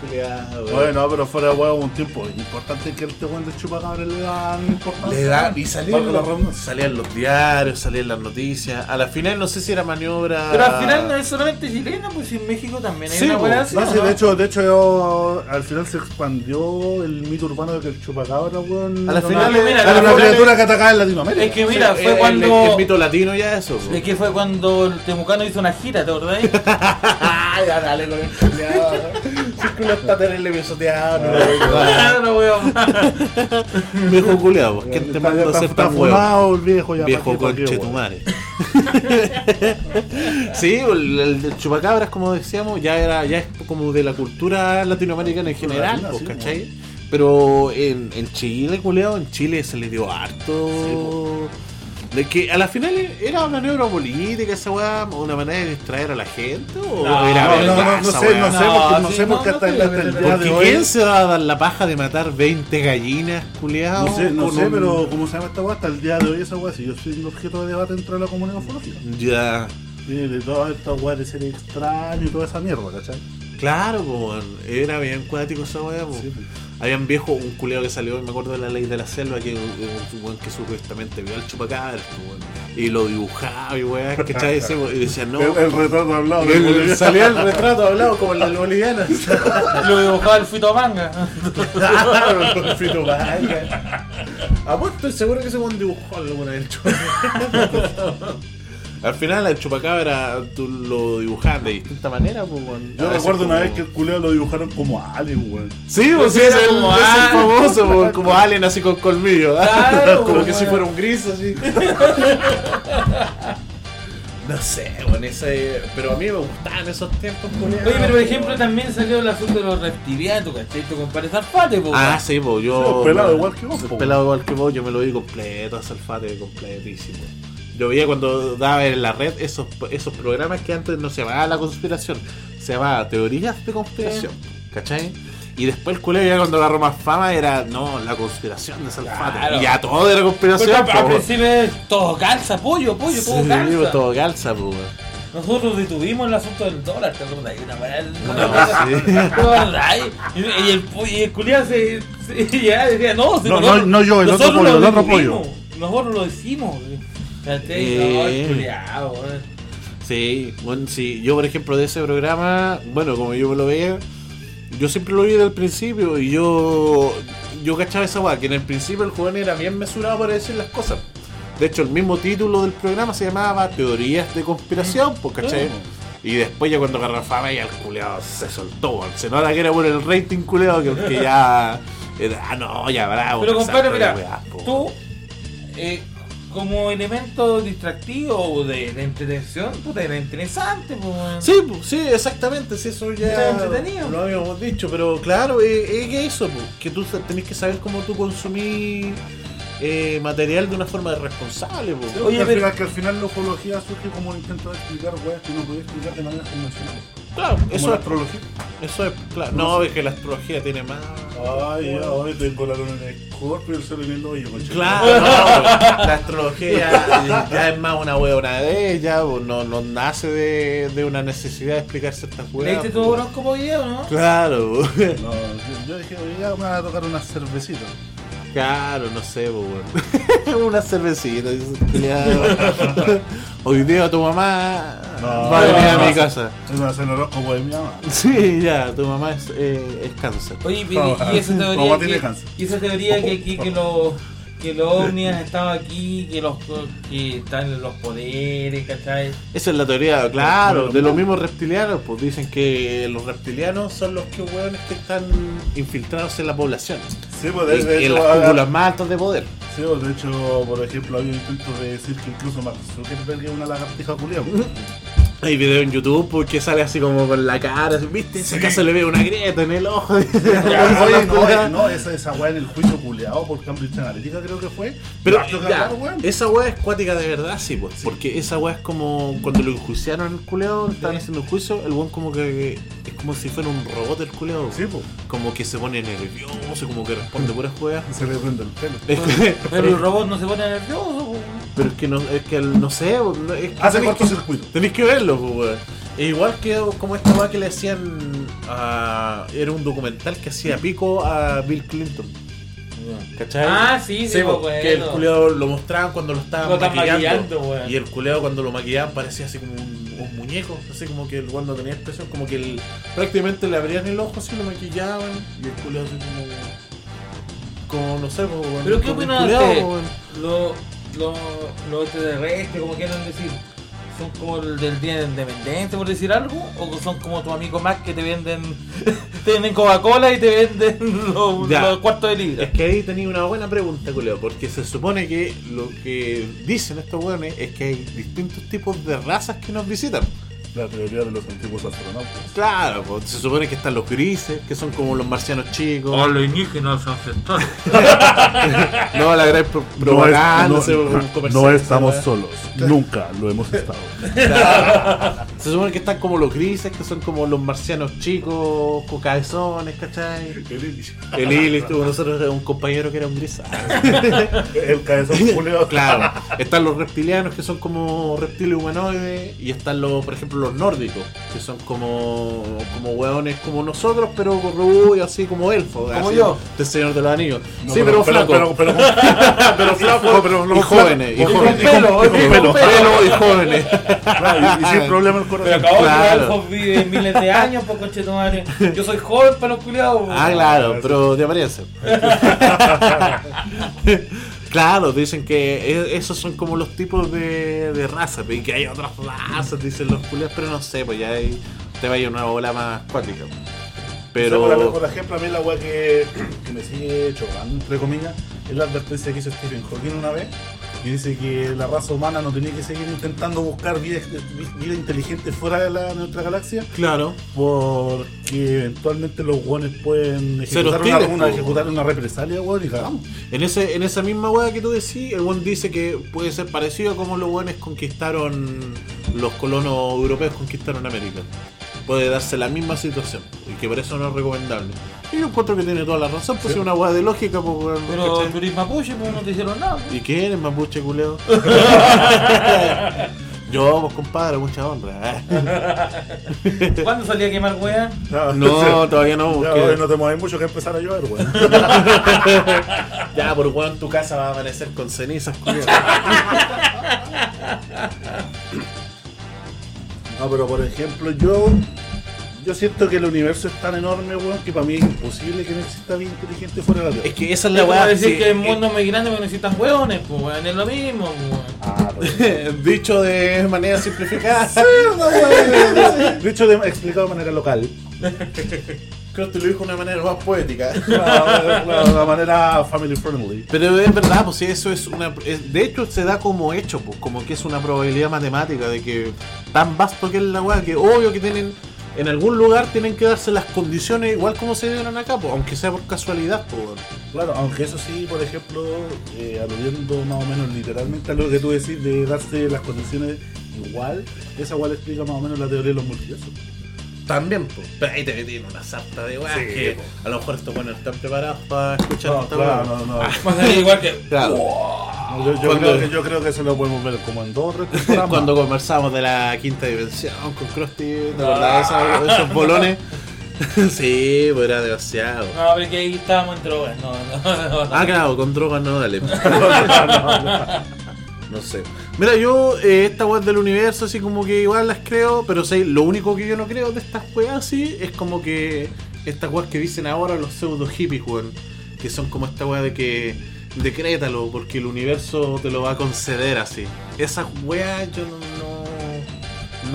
Speaker 3: Culeado, weón.
Speaker 2: Bueno, pero fuera de huevo un tiempo importante que este weón de chupacabra le dan importancia.
Speaker 3: Le da, y salía
Speaker 2: Bajo
Speaker 3: en
Speaker 2: la
Speaker 3: los-
Speaker 2: ronda.
Speaker 3: salían los diarios, salían las noticias. A la final no sé si era maniobra.
Speaker 4: Pero al final no es solamente chilena, pues en México también hay
Speaker 3: Sí,
Speaker 4: una
Speaker 3: pues,
Speaker 4: buena
Speaker 3: sí,
Speaker 2: No, sí, de hecho, de hecho yo- al final se expandió el mito urbano de que el chupacabra, weón.
Speaker 3: A la
Speaker 2: era
Speaker 3: final,
Speaker 2: una,
Speaker 4: mira,
Speaker 2: era
Speaker 4: la
Speaker 2: una
Speaker 4: fue-
Speaker 2: criatura que atacaba en Latinoamérica.
Speaker 4: Es que mira,
Speaker 3: Sí,
Speaker 4: fue
Speaker 3: el-
Speaker 4: cuando.
Speaker 3: El, el mito latino ya eso. po.
Speaker 4: Es que fue cuando el Temucano hizo una gira, ¿te acordás?
Speaker 3: Ay, ya dale con el culiao. Círculo está terrible pisoteado. no lo veo.
Speaker 4: Claro, weón.
Speaker 3: Ah, Viejo culiao, ¿qué te
Speaker 2: Está-
Speaker 3: mando a
Speaker 2: está-
Speaker 3: hacer
Speaker 2: está
Speaker 3: tan huevo?
Speaker 2: fumado el viejo ya.
Speaker 3: Viejo
Speaker 2: ¿pa' qué, pa' qué, weón?
Speaker 3: conchetumare. sí, el, el- el chupacabras, como decíamos, ya era ya es como de la cultura latinoamericana en general,
Speaker 2: Latina,
Speaker 3: pues,
Speaker 2: sí,
Speaker 3: ¿cachai? Pero en, en Chile, culeado, en Chile se le dio harto. de que a la final era una maniobra política esa weá, una manera de distraer a la gente o
Speaker 4: No,
Speaker 3: era
Speaker 2: No, no, no,
Speaker 3: verdad
Speaker 2: no
Speaker 3: esa
Speaker 2: sé, no
Speaker 3: weá?
Speaker 2: sé, porque no
Speaker 4: sí,
Speaker 2: sé
Speaker 4: no,
Speaker 2: por qué
Speaker 4: no
Speaker 2: hasta
Speaker 4: te
Speaker 2: el hasta el
Speaker 4: creo,
Speaker 2: día de
Speaker 3: Porque
Speaker 2: hoy.
Speaker 3: ¿quién se va a dar la paja de matar 20 gallinas, culeado?
Speaker 2: No sé, no
Speaker 3: con
Speaker 2: sé,
Speaker 3: un-
Speaker 2: pero como se llama esta weá, hasta el día de hoy esa weá sigue siendo objeto de debate dentro de la comunidad ufológica.
Speaker 3: Ya.
Speaker 2: Tiene de todas estas weas de ser extraño y toda esa mierda, ¿cachai?
Speaker 3: Claro, po, weón. era bien cuático esa weá. po.
Speaker 2: Sí, po.
Speaker 3: Había un viejo, un culeado que salió, me acuerdo de la ley de la selva, que eh, un weón que supuestamente vio al chupacabras, po, weón. y lo dibujaba y weá, ¿cachai? Ese, po, Y decía, no.
Speaker 2: El, el retrato hablado.
Speaker 3: Y
Speaker 2: del
Speaker 3: él-
Speaker 2: boliviano.
Speaker 3: salía el retrato hablado como el del boliviano.
Speaker 4: Lo dibujaba el Fito Manga.
Speaker 3: Claro, el Fito Páez.
Speaker 5: Apuesto, seguro que ese buen dibujó alguna del chulo.
Speaker 3: Al final, el chupacabra tú lo dibujabas de distinta manera, pues, weón.
Speaker 2: Yo
Speaker 3: A veces
Speaker 2: recuerdo una
Speaker 3: como-
Speaker 2: vez que el culeo lo dibujaron como Ale, weón.
Speaker 3: Sí, pues sí,
Speaker 4: Era
Speaker 3: es el,
Speaker 4: como
Speaker 3: es
Speaker 5: ah.
Speaker 3: el
Speaker 4: alien.
Speaker 3: famoso, pues, como alien así con colmillo. ¿ah?
Speaker 4: Claro,
Speaker 3: como que
Speaker 4: bueno.
Speaker 3: si fuera un gris así.
Speaker 5: No sé, weón, ese. Pero a mí me gustaban esos tiempos, culiao,
Speaker 4: Oye, pero por
Speaker 5: weón.
Speaker 4: ejemplo también salió el asunto de los reptilianos, ¿cachai? Tu compadre Zarpate, po.
Speaker 3: Ah, sí, pues yo.
Speaker 2: Sí, pelado igual que vos,
Speaker 3: sí,
Speaker 2: po.
Speaker 3: Pelado igual que vos, yo me lo vi completo, a Salfate, completísimo. Yo veía cuando daba en la red esos, esos programas que antes no se llamaba La Conspiración, se llamaba Teorías de Conspiración, ¿cachai? Y después el culé ya cuando agarró más fama era, no, la conspiración de Salfate.
Speaker 4: Claro.
Speaker 3: Y ya todo era
Speaker 4: Porque
Speaker 3: conspiración,
Speaker 4: al al
Speaker 3: po.
Speaker 4: principio es todo calza, pollo, pollo, todo
Speaker 3: Sí,
Speaker 4: calza.
Speaker 3: todo calza, po, weón.
Speaker 4: Nosotros detuvimos el asunto del dólar, te acuerdas, hay una weá,
Speaker 2: Ah,
Speaker 3: No, sí.
Speaker 4: Y, y el pollo- y el culiao se, se- ya decía, no, si
Speaker 2: No, no, no yo, el otro
Speaker 4: nosotros
Speaker 2: pollo,
Speaker 4: lo
Speaker 2: el otro pollo.
Speaker 4: detuvimos, Nosotros lo hicimos. ¿Cachai? No,
Speaker 3: Eh.
Speaker 4: el culiao, weón.
Speaker 3: Sí, bueno, sí, yo por ejemplo de ese programa, bueno, como yo me lo veía, yo siempre lo vi del principio y yo yo cachaba esa guay, que en el principio el joven era bien mesurado para decir las cosas. De hecho, el mismo título del programa se llamaba Teorías de Conspiración, pues, ¿cachai?
Speaker 4: Mm.
Speaker 3: Y después ya cuando garrafaba y el culeado se soltó, weón. se nota que era por el rating culeado que, que ya era, ah no, ya bravo.
Speaker 4: Pero compadre,
Speaker 3: exacto, de
Speaker 4: mira,
Speaker 3: weá, po.
Speaker 4: tú eh, como elemento distractivo o de, de entretención, puta, era interesante, pues. weón.
Speaker 3: Sí, pues, sí, exactamente, sí, eso ya
Speaker 4: Está entretenido.
Speaker 3: lo habíamos dicho, pero claro, es, es que eso, pues, que tú sa- tenés que saber cómo tú consumís eh, material de una forma responsable. pues.
Speaker 2: Oye,
Speaker 4: Oye,
Speaker 2: que, al
Speaker 4: pero-
Speaker 2: final, que al final la ufología surge como un intento de explicar weas que no podía explicar de manera convencional.
Speaker 3: Claro,
Speaker 2: Como
Speaker 3: eso
Speaker 2: la
Speaker 3: es,
Speaker 2: astrología.
Speaker 3: eso es, claro. No, es que la astrología tiene más...
Speaker 2: Ay, ahora tengo la luna en el cuerpo y el sol en el hoyo, concha.
Speaker 3: Claro, no, pues, la astrología ya es más una huevona de ella, pues, no, no nace de, de una necesidad de explicar ciertas huevas.
Speaker 4: ¿Leíste tu
Speaker 3: pues.
Speaker 4: horóscopo video, no?
Speaker 3: Claro, pues.
Speaker 2: No, yo- yo dije, oye, ya me van a tocar unas cervecitas.
Speaker 3: Claro, no sé, po, weón. Una cervecita, dice el culiao. Hoy día tu mamá
Speaker 2: No,
Speaker 3: va a venir a
Speaker 2: no,
Speaker 3: mi
Speaker 2: no.
Speaker 3: casa.
Speaker 2: Es una cena horóscopo de mi mamá.
Speaker 3: Sí, ya, tu mamá es, eh, es cáncer.
Speaker 4: Oye, y,
Speaker 2: Toma.
Speaker 4: y esa teoría,
Speaker 2: Toma,
Speaker 4: que,
Speaker 2: tiene cáncer.
Speaker 4: y esa teoría que aquí que los que los ovnis han estado aquí, que los que están los poderes, ¿cachai?
Speaker 3: Esa es la teoría, claro, de los mismos reptilianos, pues dicen que los reptilianos son los que hueones que están infiltrados en la población.
Speaker 2: Sí, pues de,
Speaker 3: En,
Speaker 2: de
Speaker 3: en
Speaker 2: hecho,
Speaker 3: las
Speaker 2: ah,
Speaker 3: cúpulas más altas de poder.
Speaker 2: sí, pues, de hecho, por ejemplo, había intentos de decir que incluso Mark Zuckerberg es una lagartija culia. pues.
Speaker 3: Hay video en YouTube porque sale así como con la cara, ¿viste? Si acaso le ve una grieta en el ojo.
Speaker 2: Oye, no,
Speaker 3: culiao.
Speaker 2: eh, no, esa, esa weá en el juicio culeado por Cambridge Analytica creo que fue. Ah,
Speaker 3: Pero
Speaker 2: Harto
Speaker 3: ya,
Speaker 2: cagar, weón.
Speaker 3: esa weá es cuática de verdad, sí, pues. Porque esa weá es como cuando lo enjuiciaron el culeado, estaban haciendo un juicio, el weón como que es como si fuera un robot el culeado.
Speaker 2: Sí, pues,
Speaker 3: Como que se pone nervioso, como que responde puras juegas.
Speaker 2: se le prende el pelo.
Speaker 4: Mm. Pero el
Speaker 3: pero,
Speaker 4: robot no se pone nervioso. po.
Speaker 3: pero es que no, es que no sé, no- es que
Speaker 2: Hace
Speaker 3: tenés que-
Speaker 2: cortocircuito.
Speaker 3: Tenéis que verlo, pues, weón. E igual que como esta weá que le hacían a. Era un documental que hacía pico a Bill Clinton. ¿Cachai?
Speaker 4: Ah, sí, sí,
Speaker 3: po,
Speaker 4: pues,
Speaker 3: Que el
Speaker 4: bueno.
Speaker 3: culeado lo mostraban cuando lo estaban
Speaker 4: Lo están
Speaker 3: maquillando.
Speaker 4: maquillando, weón.
Speaker 3: y el culeado cuando lo maquillaban parecía así como un, un muñeco. Así como que el weón no tenía expresión. Como que el, prácticamente le abrían el ojo así, lo maquillaban. Y el culeado así como. Como no sé, po, weón,
Speaker 4: Pero qué
Speaker 3: como un
Speaker 4: opinas
Speaker 3: culeado,
Speaker 4: de-
Speaker 3: po, weón.
Speaker 4: Los lo, lo extraterrestres, como quieran decir, son como el del día de la independencia, por decir algo, o son como tus amigos más que te venden te venden Coca-Cola y te venden los,
Speaker 3: Ya.
Speaker 4: los cuartos de libra.
Speaker 3: Es que ahí tenía una buena pregunta, culeo, porque se supone que lo que dicen estos hueones es que hay distintos tipos de razas que nos visitan.
Speaker 2: La teoría de los antiguos astronautas.
Speaker 3: Claro, pues, se supone que están los grises, que son como los marcianos chicos.
Speaker 4: los indígenas ancestrales.
Speaker 3: No, la gran pro- propagándose
Speaker 2: no-
Speaker 3: por un comercial,
Speaker 2: no estamos
Speaker 3: ¿verdad?
Speaker 2: solos, nunca lo hemos estado.
Speaker 3: Se supone que están como los grises, que son como los marcianos chicos, con cabezones, ¿cachai? El Lili estuvo con nosotros, era un compañero que era un gris.
Speaker 2: El cabezón culeado.
Speaker 3: Claro, están los reptilianos que son como reptiles humanoides y están los, por ejemplo, los nórdicos, que son como como hueones como nosotros, pero con rubio así como elfos,
Speaker 4: Como
Speaker 3: así,
Speaker 4: yo.
Speaker 3: del Señor de los Anillos. sí, pero, flaco.
Speaker 2: Pero, pero, pero flaco, pero
Speaker 3: y jóvenes, y
Speaker 2: con-
Speaker 3: jóvenes,
Speaker 2: y con pelo,
Speaker 3: y con
Speaker 2: pelo.
Speaker 3: pelo y jóvenes.
Speaker 2: Claro, y, y sin problema el corazón.
Speaker 4: Pero acabó
Speaker 3: Claro.
Speaker 4: que los elfos viven miles de años, por coche madre. Yo soy joven Ah, para los culiados.
Speaker 3: Ah, claro, pero de apariencia. Claro, dicen que e- esos son como los tipos de, de razas, y que hay otras razas, dicen los culiados, pero no sé, pues ya hay- te vaya una ola más cuática. Pero.
Speaker 2: O sea, por, por ejemplo, a mí la weá que, que me sigue chocando, entre comillas, es la advertencia que hizo Stephen Hawking una vez. Y dice que la raza humana no tenía que seguir intentando buscar vida, vida inteligente fuera de la, nuestra galaxia
Speaker 3: Claro.
Speaker 2: porque eventualmente los guanes pueden
Speaker 3: Ser
Speaker 2: ejecutar,
Speaker 3: hostiles,
Speaker 2: una, una-
Speaker 3: po.
Speaker 2: ejecutar una represalia, weón, y cagamos.
Speaker 3: En, ese, en esa misma hueá que tú decís, el buen dice que puede ser parecido a como los buenos conquistaron, los colonos europeos conquistaron América. Puede darse la misma situación y que por eso no es recomendable. Y yo encuentro que tiene toda la razón, pues es una hueá de lógica. Pues, weón,
Speaker 4: Pero
Speaker 3: ¿cachai?
Speaker 4: tú eres mapuche, pues no te hicieron nada.
Speaker 3: ¿Y qué eres, mapuche culeo? yo, pues compadre, mucha honra. ¿eh?
Speaker 4: ¿Cuándo salí a quemar wea?
Speaker 2: Ya,
Speaker 3: No, todavía no,
Speaker 2: Ya,
Speaker 3: porque-
Speaker 2: hoy no te mueves mucho que empezar a llover, weón.
Speaker 3: ya, por weón, tu casa va a amanecer con cenizas, culeo.
Speaker 2: No, pero por ejemplo, yo yo siento que el universo es tan enorme, weón, que para mí es imposible que no exista vida inteligente fuera de la
Speaker 3: es
Speaker 2: Tierra.
Speaker 3: que esa es
Speaker 4: Le
Speaker 3: la
Speaker 4: voy
Speaker 3: hueá.
Speaker 4: a decir
Speaker 3: sí,
Speaker 4: que el
Speaker 3: eh,
Speaker 4: mundo es muy grande porque necesitas hueones, pues weón, es lo mismo, pues, weón.
Speaker 2: Ah, pero-
Speaker 3: Dicho de manera simplificada.
Speaker 2: De hecho, de, explicado de manera local.
Speaker 3: Creo que te lo dijo de una manera más poética.
Speaker 2: La, manera family friendly.
Speaker 3: Pero es verdad, pues sí, eso es una. es- de hecho, se da como hecho, pues, como que es una probabilidad matemática de que tan vasto que es la weá, que obvio que tienen. En algún lugar tienen que darse las condiciones igual como se dieron acá, pues, aunque sea por casualidad, pues. weón.
Speaker 2: Claro, aunque eso sí, por ejemplo, eh, aludiendo más o menos literalmente a lo que tú decís de darse las condiciones igual, esa igual explica más o menos la teoría de los multiversos.
Speaker 3: También, pues. Pero ahí te meten una sarta de weá
Speaker 2: Sí,
Speaker 3: que
Speaker 2: pues.
Speaker 3: a lo mejor estos buenos están preparados para escuchar
Speaker 2: No,
Speaker 3: esta
Speaker 2: claro,
Speaker 3: weá.
Speaker 2: no, no.
Speaker 4: Pasaría igual que.
Speaker 3: Claro.
Speaker 2: No, yo, yo,
Speaker 3: Ah, Cuando-
Speaker 2: creo que, yo creo que eso lo podemos ver como en dos o tres temporadas.
Speaker 3: Cuando conversamos de la quinta dimensión con Krusty, ¿te acordás de esos, esos bolones? sí, pues era demasiado.
Speaker 4: No, pero que ahí estábamos en drogas, no, no, no. no.
Speaker 3: Ah, claro, con drogas no dale. No sé. Mira, yo eh, esta web del universo así como que igual las creo, pero sé, lo único que yo no creo de estas weas así es como que estas weas que dicen ahora los pseudo hippies, weón. Que son como esta wea de que decrétalo porque el universo te lo va a conceder así. Esas weas yo no, no,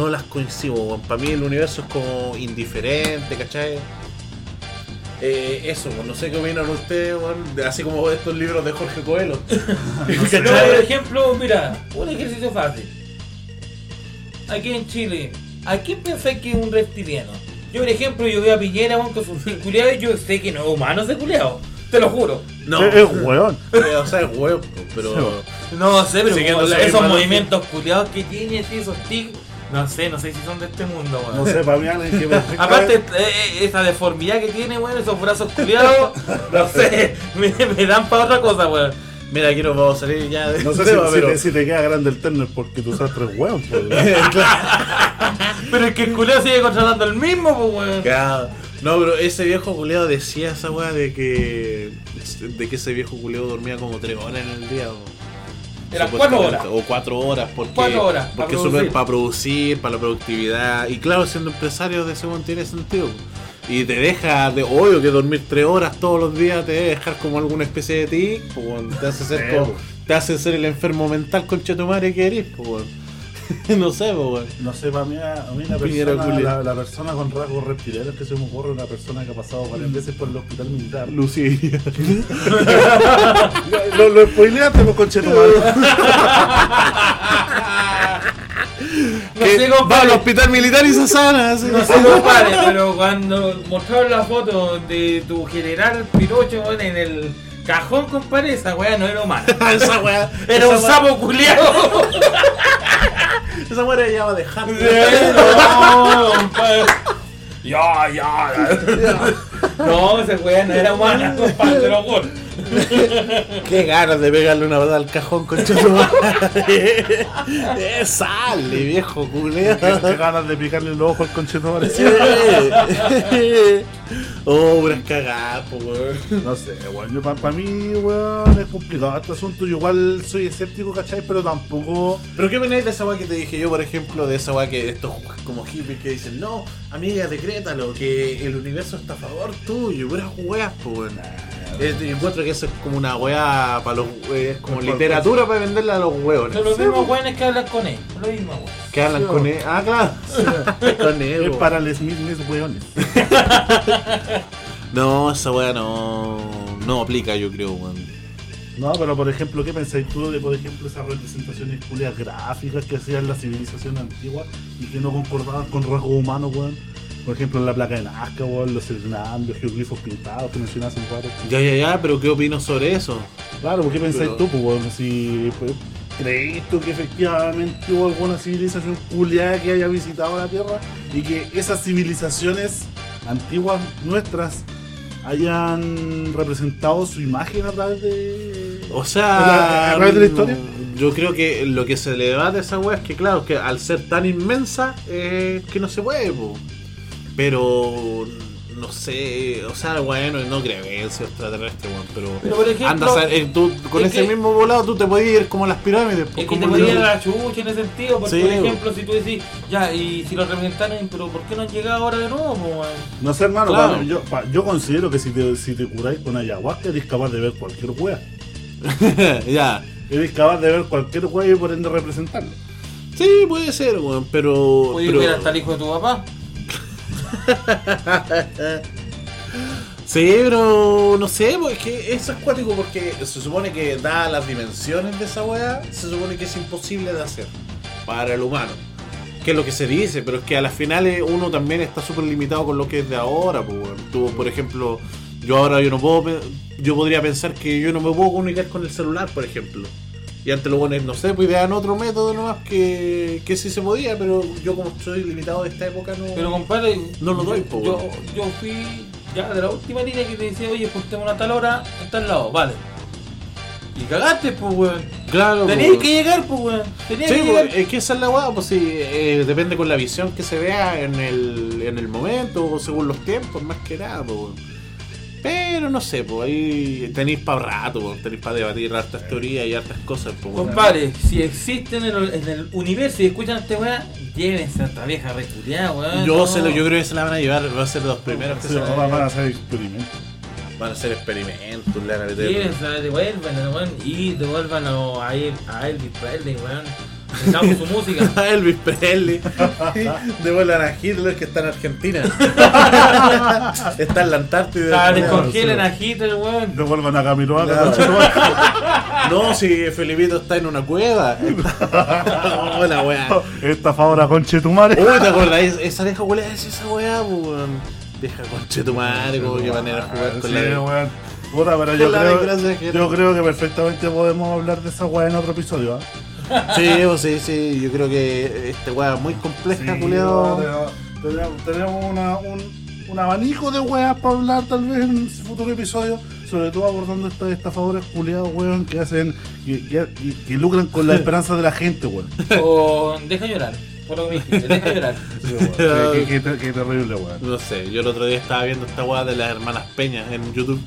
Speaker 3: no las coincido, weón. Para mí el universo es como indiferente, ¿cachai? Eh, eso, weón. no sé qué opinan ustedes, weón, de- así como de estos libros de Jorge Coelho.
Speaker 4: Pero,
Speaker 3: ¿Cachai?
Speaker 4: por ejemplo, mira, un ejercicio fácil. Aquí en Chile, ¿a quién pensáis que es un reptiliano? Yo, por ejemplo, yo veo a Piñera weón, con sus culiado y yo sé que no es humano ese culiado. Te lo juro.
Speaker 3: No,
Speaker 2: Es, es weón.
Speaker 3: eh, o sea, es huevo, pero.
Speaker 4: No sé, pero
Speaker 3: Sí, que
Speaker 4: como
Speaker 3: no
Speaker 4: la-
Speaker 3: soy
Speaker 4: esos
Speaker 3: humano,
Speaker 4: movimientos culiados que tiene, así, esos tics, no sé, no sé si son de este mundo, weón.
Speaker 2: No sé, para mí alguien que perfecta-
Speaker 4: Aparte, eh, eh, esa deformidad que tiene, weón, esos brazos culiados, no sé, me, me dan para otra cosa, weón.
Speaker 3: Mira, aquí nos vamos a salir ya de. este
Speaker 2: No sé si,
Speaker 3: tema,
Speaker 2: si
Speaker 3: pero...
Speaker 2: te, si te queda grande el terno es porque tú usas tres huevos. pues.
Speaker 4: Pero es que el culiado sigue contratando el mismo, pues, weón.
Speaker 3: Claro. No, pero ese viejo culeado decía esa weá de que. de que ese viejo culeado dormía como tres horas en el día. o-
Speaker 4: Eran
Speaker 3: supuestamente,
Speaker 4: cuatro horas.
Speaker 3: O cuatro horas, porque.
Speaker 4: Cuatro horas, pa'
Speaker 3: Porque
Speaker 4: producir.
Speaker 3: súper para producir, para la productividad. Y claro, siendo empresario de ese weón tiene sentido. Y te deja, de obvio que dormir tres horas todos los días te debe dejar como alguna especie de ti, pues, te hace ser
Speaker 2: Sí,
Speaker 3: como-
Speaker 2: po.
Speaker 3: te hace ser el enfermo mental concha de tu madre que eres, po, weón. no sé, po, weón.
Speaker 2: No sé, para mí, a mí la,
Speaker 3: Piñera
Speaker 2: persona,
Speaker 3: culia.
Speaker 2: la, la persona con rasgos reptilianos que se me ocurre es una persona que ha pasado varias veces por el hospital militar.
Speaker 3: Lucidia.
Speaker 2: lo, lo spoileaste, pues, conchetumadre.
Speaker 4: No sé,
Speaker 3: va al
Speaker 4: compadre.
Speaker 3: hospital militar y se sana. así.
Speaker 4: No sé, compadre, pero cuando mostraron la foto de tu general Pirocho weón, en el cajón, compadre, esa weá no era humana.
Speaker 3: esa weá.
Speaker 4: Era
Speaker 3: esa
Speaker 4: un
Speaker 3: weá-
Speaker 4: sapo culiado.
Speaker 3: Esa weá ya va a dejar.
Speaker 4: No, compadre. Ya, ya. No, esa weá no era humana, compadre, te lo juro.
Speaker 3: Qué ganas de pegarle una verdad al cajón con eh, Sale, viejo culeo.
Speaker 2: Qué ganas de picarle los ojos al conchetumadre.
Speaker 3: Eh. oh, unas cagadas, po, weón.
Speaker 2: No sé, weón. Para mí, weón, es complicado este asunto. Yo igual soy escéptico, ¿cachai? Pero tampoco.
Speaker 3: Pero qué opináis de esa weá que te dije yo, por ejemplo, de esa weá que estos como hippies que dicen, no, amiga, decrétalo, que el universo está a favor tuyo, puras weas, po, weón. Es- yo encuentro que eso es como una weá para los eh, es como literatura para venderla a los hueones.
Speaker 4: Son los
Speaker 3: Sí,
Speaker 4: mismos
Speaker 3: po.
Speaker 4: weones que hablan con él. Los mismos weones.
Speaker 3: que hablan con él. Ah, claro. con él,
Speaker 2: Es
Speaker 3: po.
Speaker 2: para los mismos weones.
Speaker 3: No, esa weá no, no aplica, yo creo, weón.
Speaker 2: No, pero por ejemplo, ¿qué pensáis tú de, por ejemplo, esas representaciones culias gráficas que hacían la civilización antigua y que no concordaban con rasgos humanos, weón? Por ejemplo, en la placa de Nazca, weón, los Hernández, geoglifos pintados que mencionaste hace un rato.
Speaker 3: Ya, ya, ya, pero ¿qué opino sobre eso?
Speaker 2: Claro, ¿por qué pensáis
Speaker 3: Pero-
Speaker 2: tú, pues, weón? Si, pues, ¿Creéis tú que efectivamente hubo alguna civilización culiada que haya visitado la Tierra y que esas civilizaciones antiguas nuestras hayan representado su imagen a través de...
Speaker 3: O
Speaker 2: ¿A
Speaker 3: sea, mm,
Speaker 2: la- a través de la historia?
Speaker 3: yo creo que lo que se le debate a esa weá es que, claro, que al ser tan inmensa, eh, que no se puede, po. Pero, no sé, o sea, bueno, no creo que sea extraterrestre, weón, pero,
Speaker 4: Pero, por ejemplo,
Speaker 3: anda, a saber, eh, tú, con
Speaker 4: es
Speaker 3: ese
Speaker 4: que-
Speaker 3: mismo volado tú te podías ir como a las pirámides, po,
Speaker 4: Es que
Speaker 3: como
Speaker 4: te
Speaker 3: el-
Speaker 4: ponía la chucha en ese sentido, porque
Speaker 3: Sí,
Speaker 4: por
Speaker 3: weón.
Speaker 4: ejemplo, si tú decís, ya, y si lo representaron, pero ¿por qué no han llegado ahora de nuevo? po, weón?
Speaker 2: No sé, hermano,
Speaker 3: Claro.
Speaker 2: pa- yo, pa- yo considero que si te, si te curáis con ayahuasca eres capaz de ver cualquier wea.
Speaker 3: ya.
Speaker 2: Eres capaz de ver cualquier wea y por ende representarlo.
Speaker 3: Sí, puede ser, weón, pero...
Speaker 4: Oye,
Speaker 3: pero-
Speaker 4: mira, está el hijo de tu papá.
Speaker 3: Sí, pero no sé, pues, es que eso es cuático porque se supone que dadas las dimensiones de esa weá, se supone que es imposible de hacer para el humano. Que es lo que se dice, pero es que a las finales uno también está súper limitado con lo que es de ahora. Pues, weón. Tú, por ejemplo, yo ahora yo no puedo, pe- yo podría pensar que yo no me puedo comunicar con el celular, por ejemplo. Y antes lo bueno es, no sé, pues idean otro método nomás que, que sí se podía, pero yo como estoy limitado de esta época no...
Speaker 4: Pero compadre,
Speaker 3: No lo doy,
Speaker 4: yo-
Speaker 3: po,
Speaker 4: yo,
Speaker 3: weón.
Speaker 4: yo fui ya de la última línea que te decía, oye, juntémonos a tal hora, en tal lado, vale. Y cagaste, pues, weón.
Speaker 3: claro,
Speaker 4: Tenías
Speaker 3: pues,
Speaker 4: que llegar, pues, weón. Tenías
Speaker 3: Sí,
Speaker 4: que
Speaker 3: pues,
Speaker 4: llegar.
Speaker 3: es que esa es la weá, pues sí, eh, depende con la visión que se vea en el, en el momento o según los tiempos, más que nada, pues. weón. Pero no sé, pues ahí tenéis para rato, pues, tenéis para debatir hartas teorías y hartas cosas, pues. weón.
Speaker 4: Compadre, si existen en el, en el universo y escuchan a este weá, llévense a esta vieja reculeada, weón.
Speaker 3: Yo,
Speaker 4: No.
Speaker 3: se lo, yo creo que se la van a llevar, va a ser de los primeros que
Speaker 2: Sí,
Speaker 3: se la van a
Speaker 2: van a
Speaker 3: llevar.
Speaker 2: hacer experimentos.
Speaker 3: Van a ser experimentos, le van a meter-
Speaker 4: Llévense, devuélvanla, weón. Y devuélvanlo a, él, a Elvis Presley, weón. Necesitamos su música.
Speaker 3: A Elvis Presley. Devuelvan a Hitler que está en Argentina. está en la Antártida.
Speaker 4: Ah,
Speaker 2: descongela.
Speaker 4: Descongelen a Hitler, weón.
Speaker 2: Devuelvan a Camiroaga,
Speaker 3: Claro.
Speaker 2: conchetumare.
Speaker 3: No, si Felipito está en una cueva. Hola, weá.
Speaker 2: Estafador a conchetumare.
Speaker 3: Uy, ¿te acordáis? Esa deja huele es esa weá, pues, weón. Deja conche tu madre, como que manera de jugar con
Speaker 2: Sí,
Speaker 3: la.
Speaker 2: weón. Puta, pero
Speaker 3: con
Speaker 2: yo
Speaker 3: la
Speaker 2: creo,
Speaker 3: desgracia que
Speaker 2: yo
Speaker 3: era.
Speaker 2: creo que perfectamente podemos hablar de esa wea en otro episodio. ¿ah?
Speaker 3: Sí, oh, sí, sí. Yo creo que esta weá es muy compleja,
Speaker 2: Sí,
Speaker 3: culeado.
Speaker 2: weón, Tenemos, tenemos una- un, un abanico de weas para hablar tal vez en un futuro episodio, sobre todo abordando estos estafadores culiados, weón, que hacen, que, que- que- que lucran con la esperanza de la gente, weón.
Speaker 4: O deja llorar. Por lo que me dijiste, deja llorar.
Speaker 2: Qué- qué- qué- qué terrible, weón.
Speaker 3: No sé, yo el otro día estaba viendo esta weá de las hermanas Peñas en YouTube.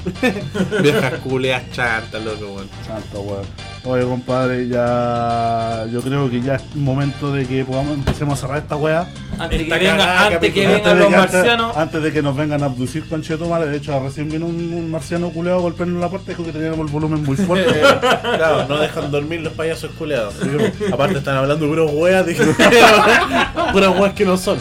Speaker 3: Viejas culeas chantas, loco, weón.
Speaker 2: Santo, weón. Oye, compadre, ya. Yo creo que ya es momento de que podamos empecemos a cerrar esta wea.
Speaker 4: Antes que,
Speaker 3: Está
Speaker 4: venga-
Speaker 3: cagada,
Speaker 4: antes que
Speaker 3: capitán.
Speaker 2: Antes
Speaker 4: vengan
Speaker 2: de
Speaker 4: los
Speaker 2: que- antes-
Speaker 4: marcianos.
Speaker 2: Antes de que nos vengan a abducir con Chetumare, de hecho, recién vino un, un marciano culeado golpeando la puerta, dijo que teníamos el volumen muy fuerte.
Speaker 3: Claro, no dejan dormir los payasos culeados.
Speaker 2: pues.
Speaker 3: Aparte están hablando puras weas, dije, puras weas que no son.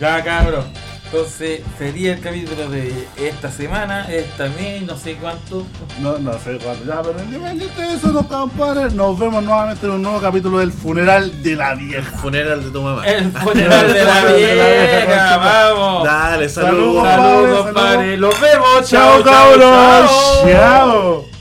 Speaker 4: Ya, cabrón. Entonces, sería el capítulo de esta semana, esta mes, no sé cuánto.
Speaker 2: No, no sé cuándo. Ya, pero independiente de eso, los compadres, nos vemos nuevamente en un nuevo capítulo del funeral de la vieja.
Speaker 3: Funeral de tu mamá.
Speaker 2: Eh,
Speaker 4: El funeral de la vieja, vamos.
Speaker 3: Dale,
Speaker 2: Saludos.
Speaker 3: saludos.
Speaker 4: Saludos, compadre. Los vemos.
Speaker 2: Chao, cabros.
Speaker 4: chao.
Speaker 2: Chao.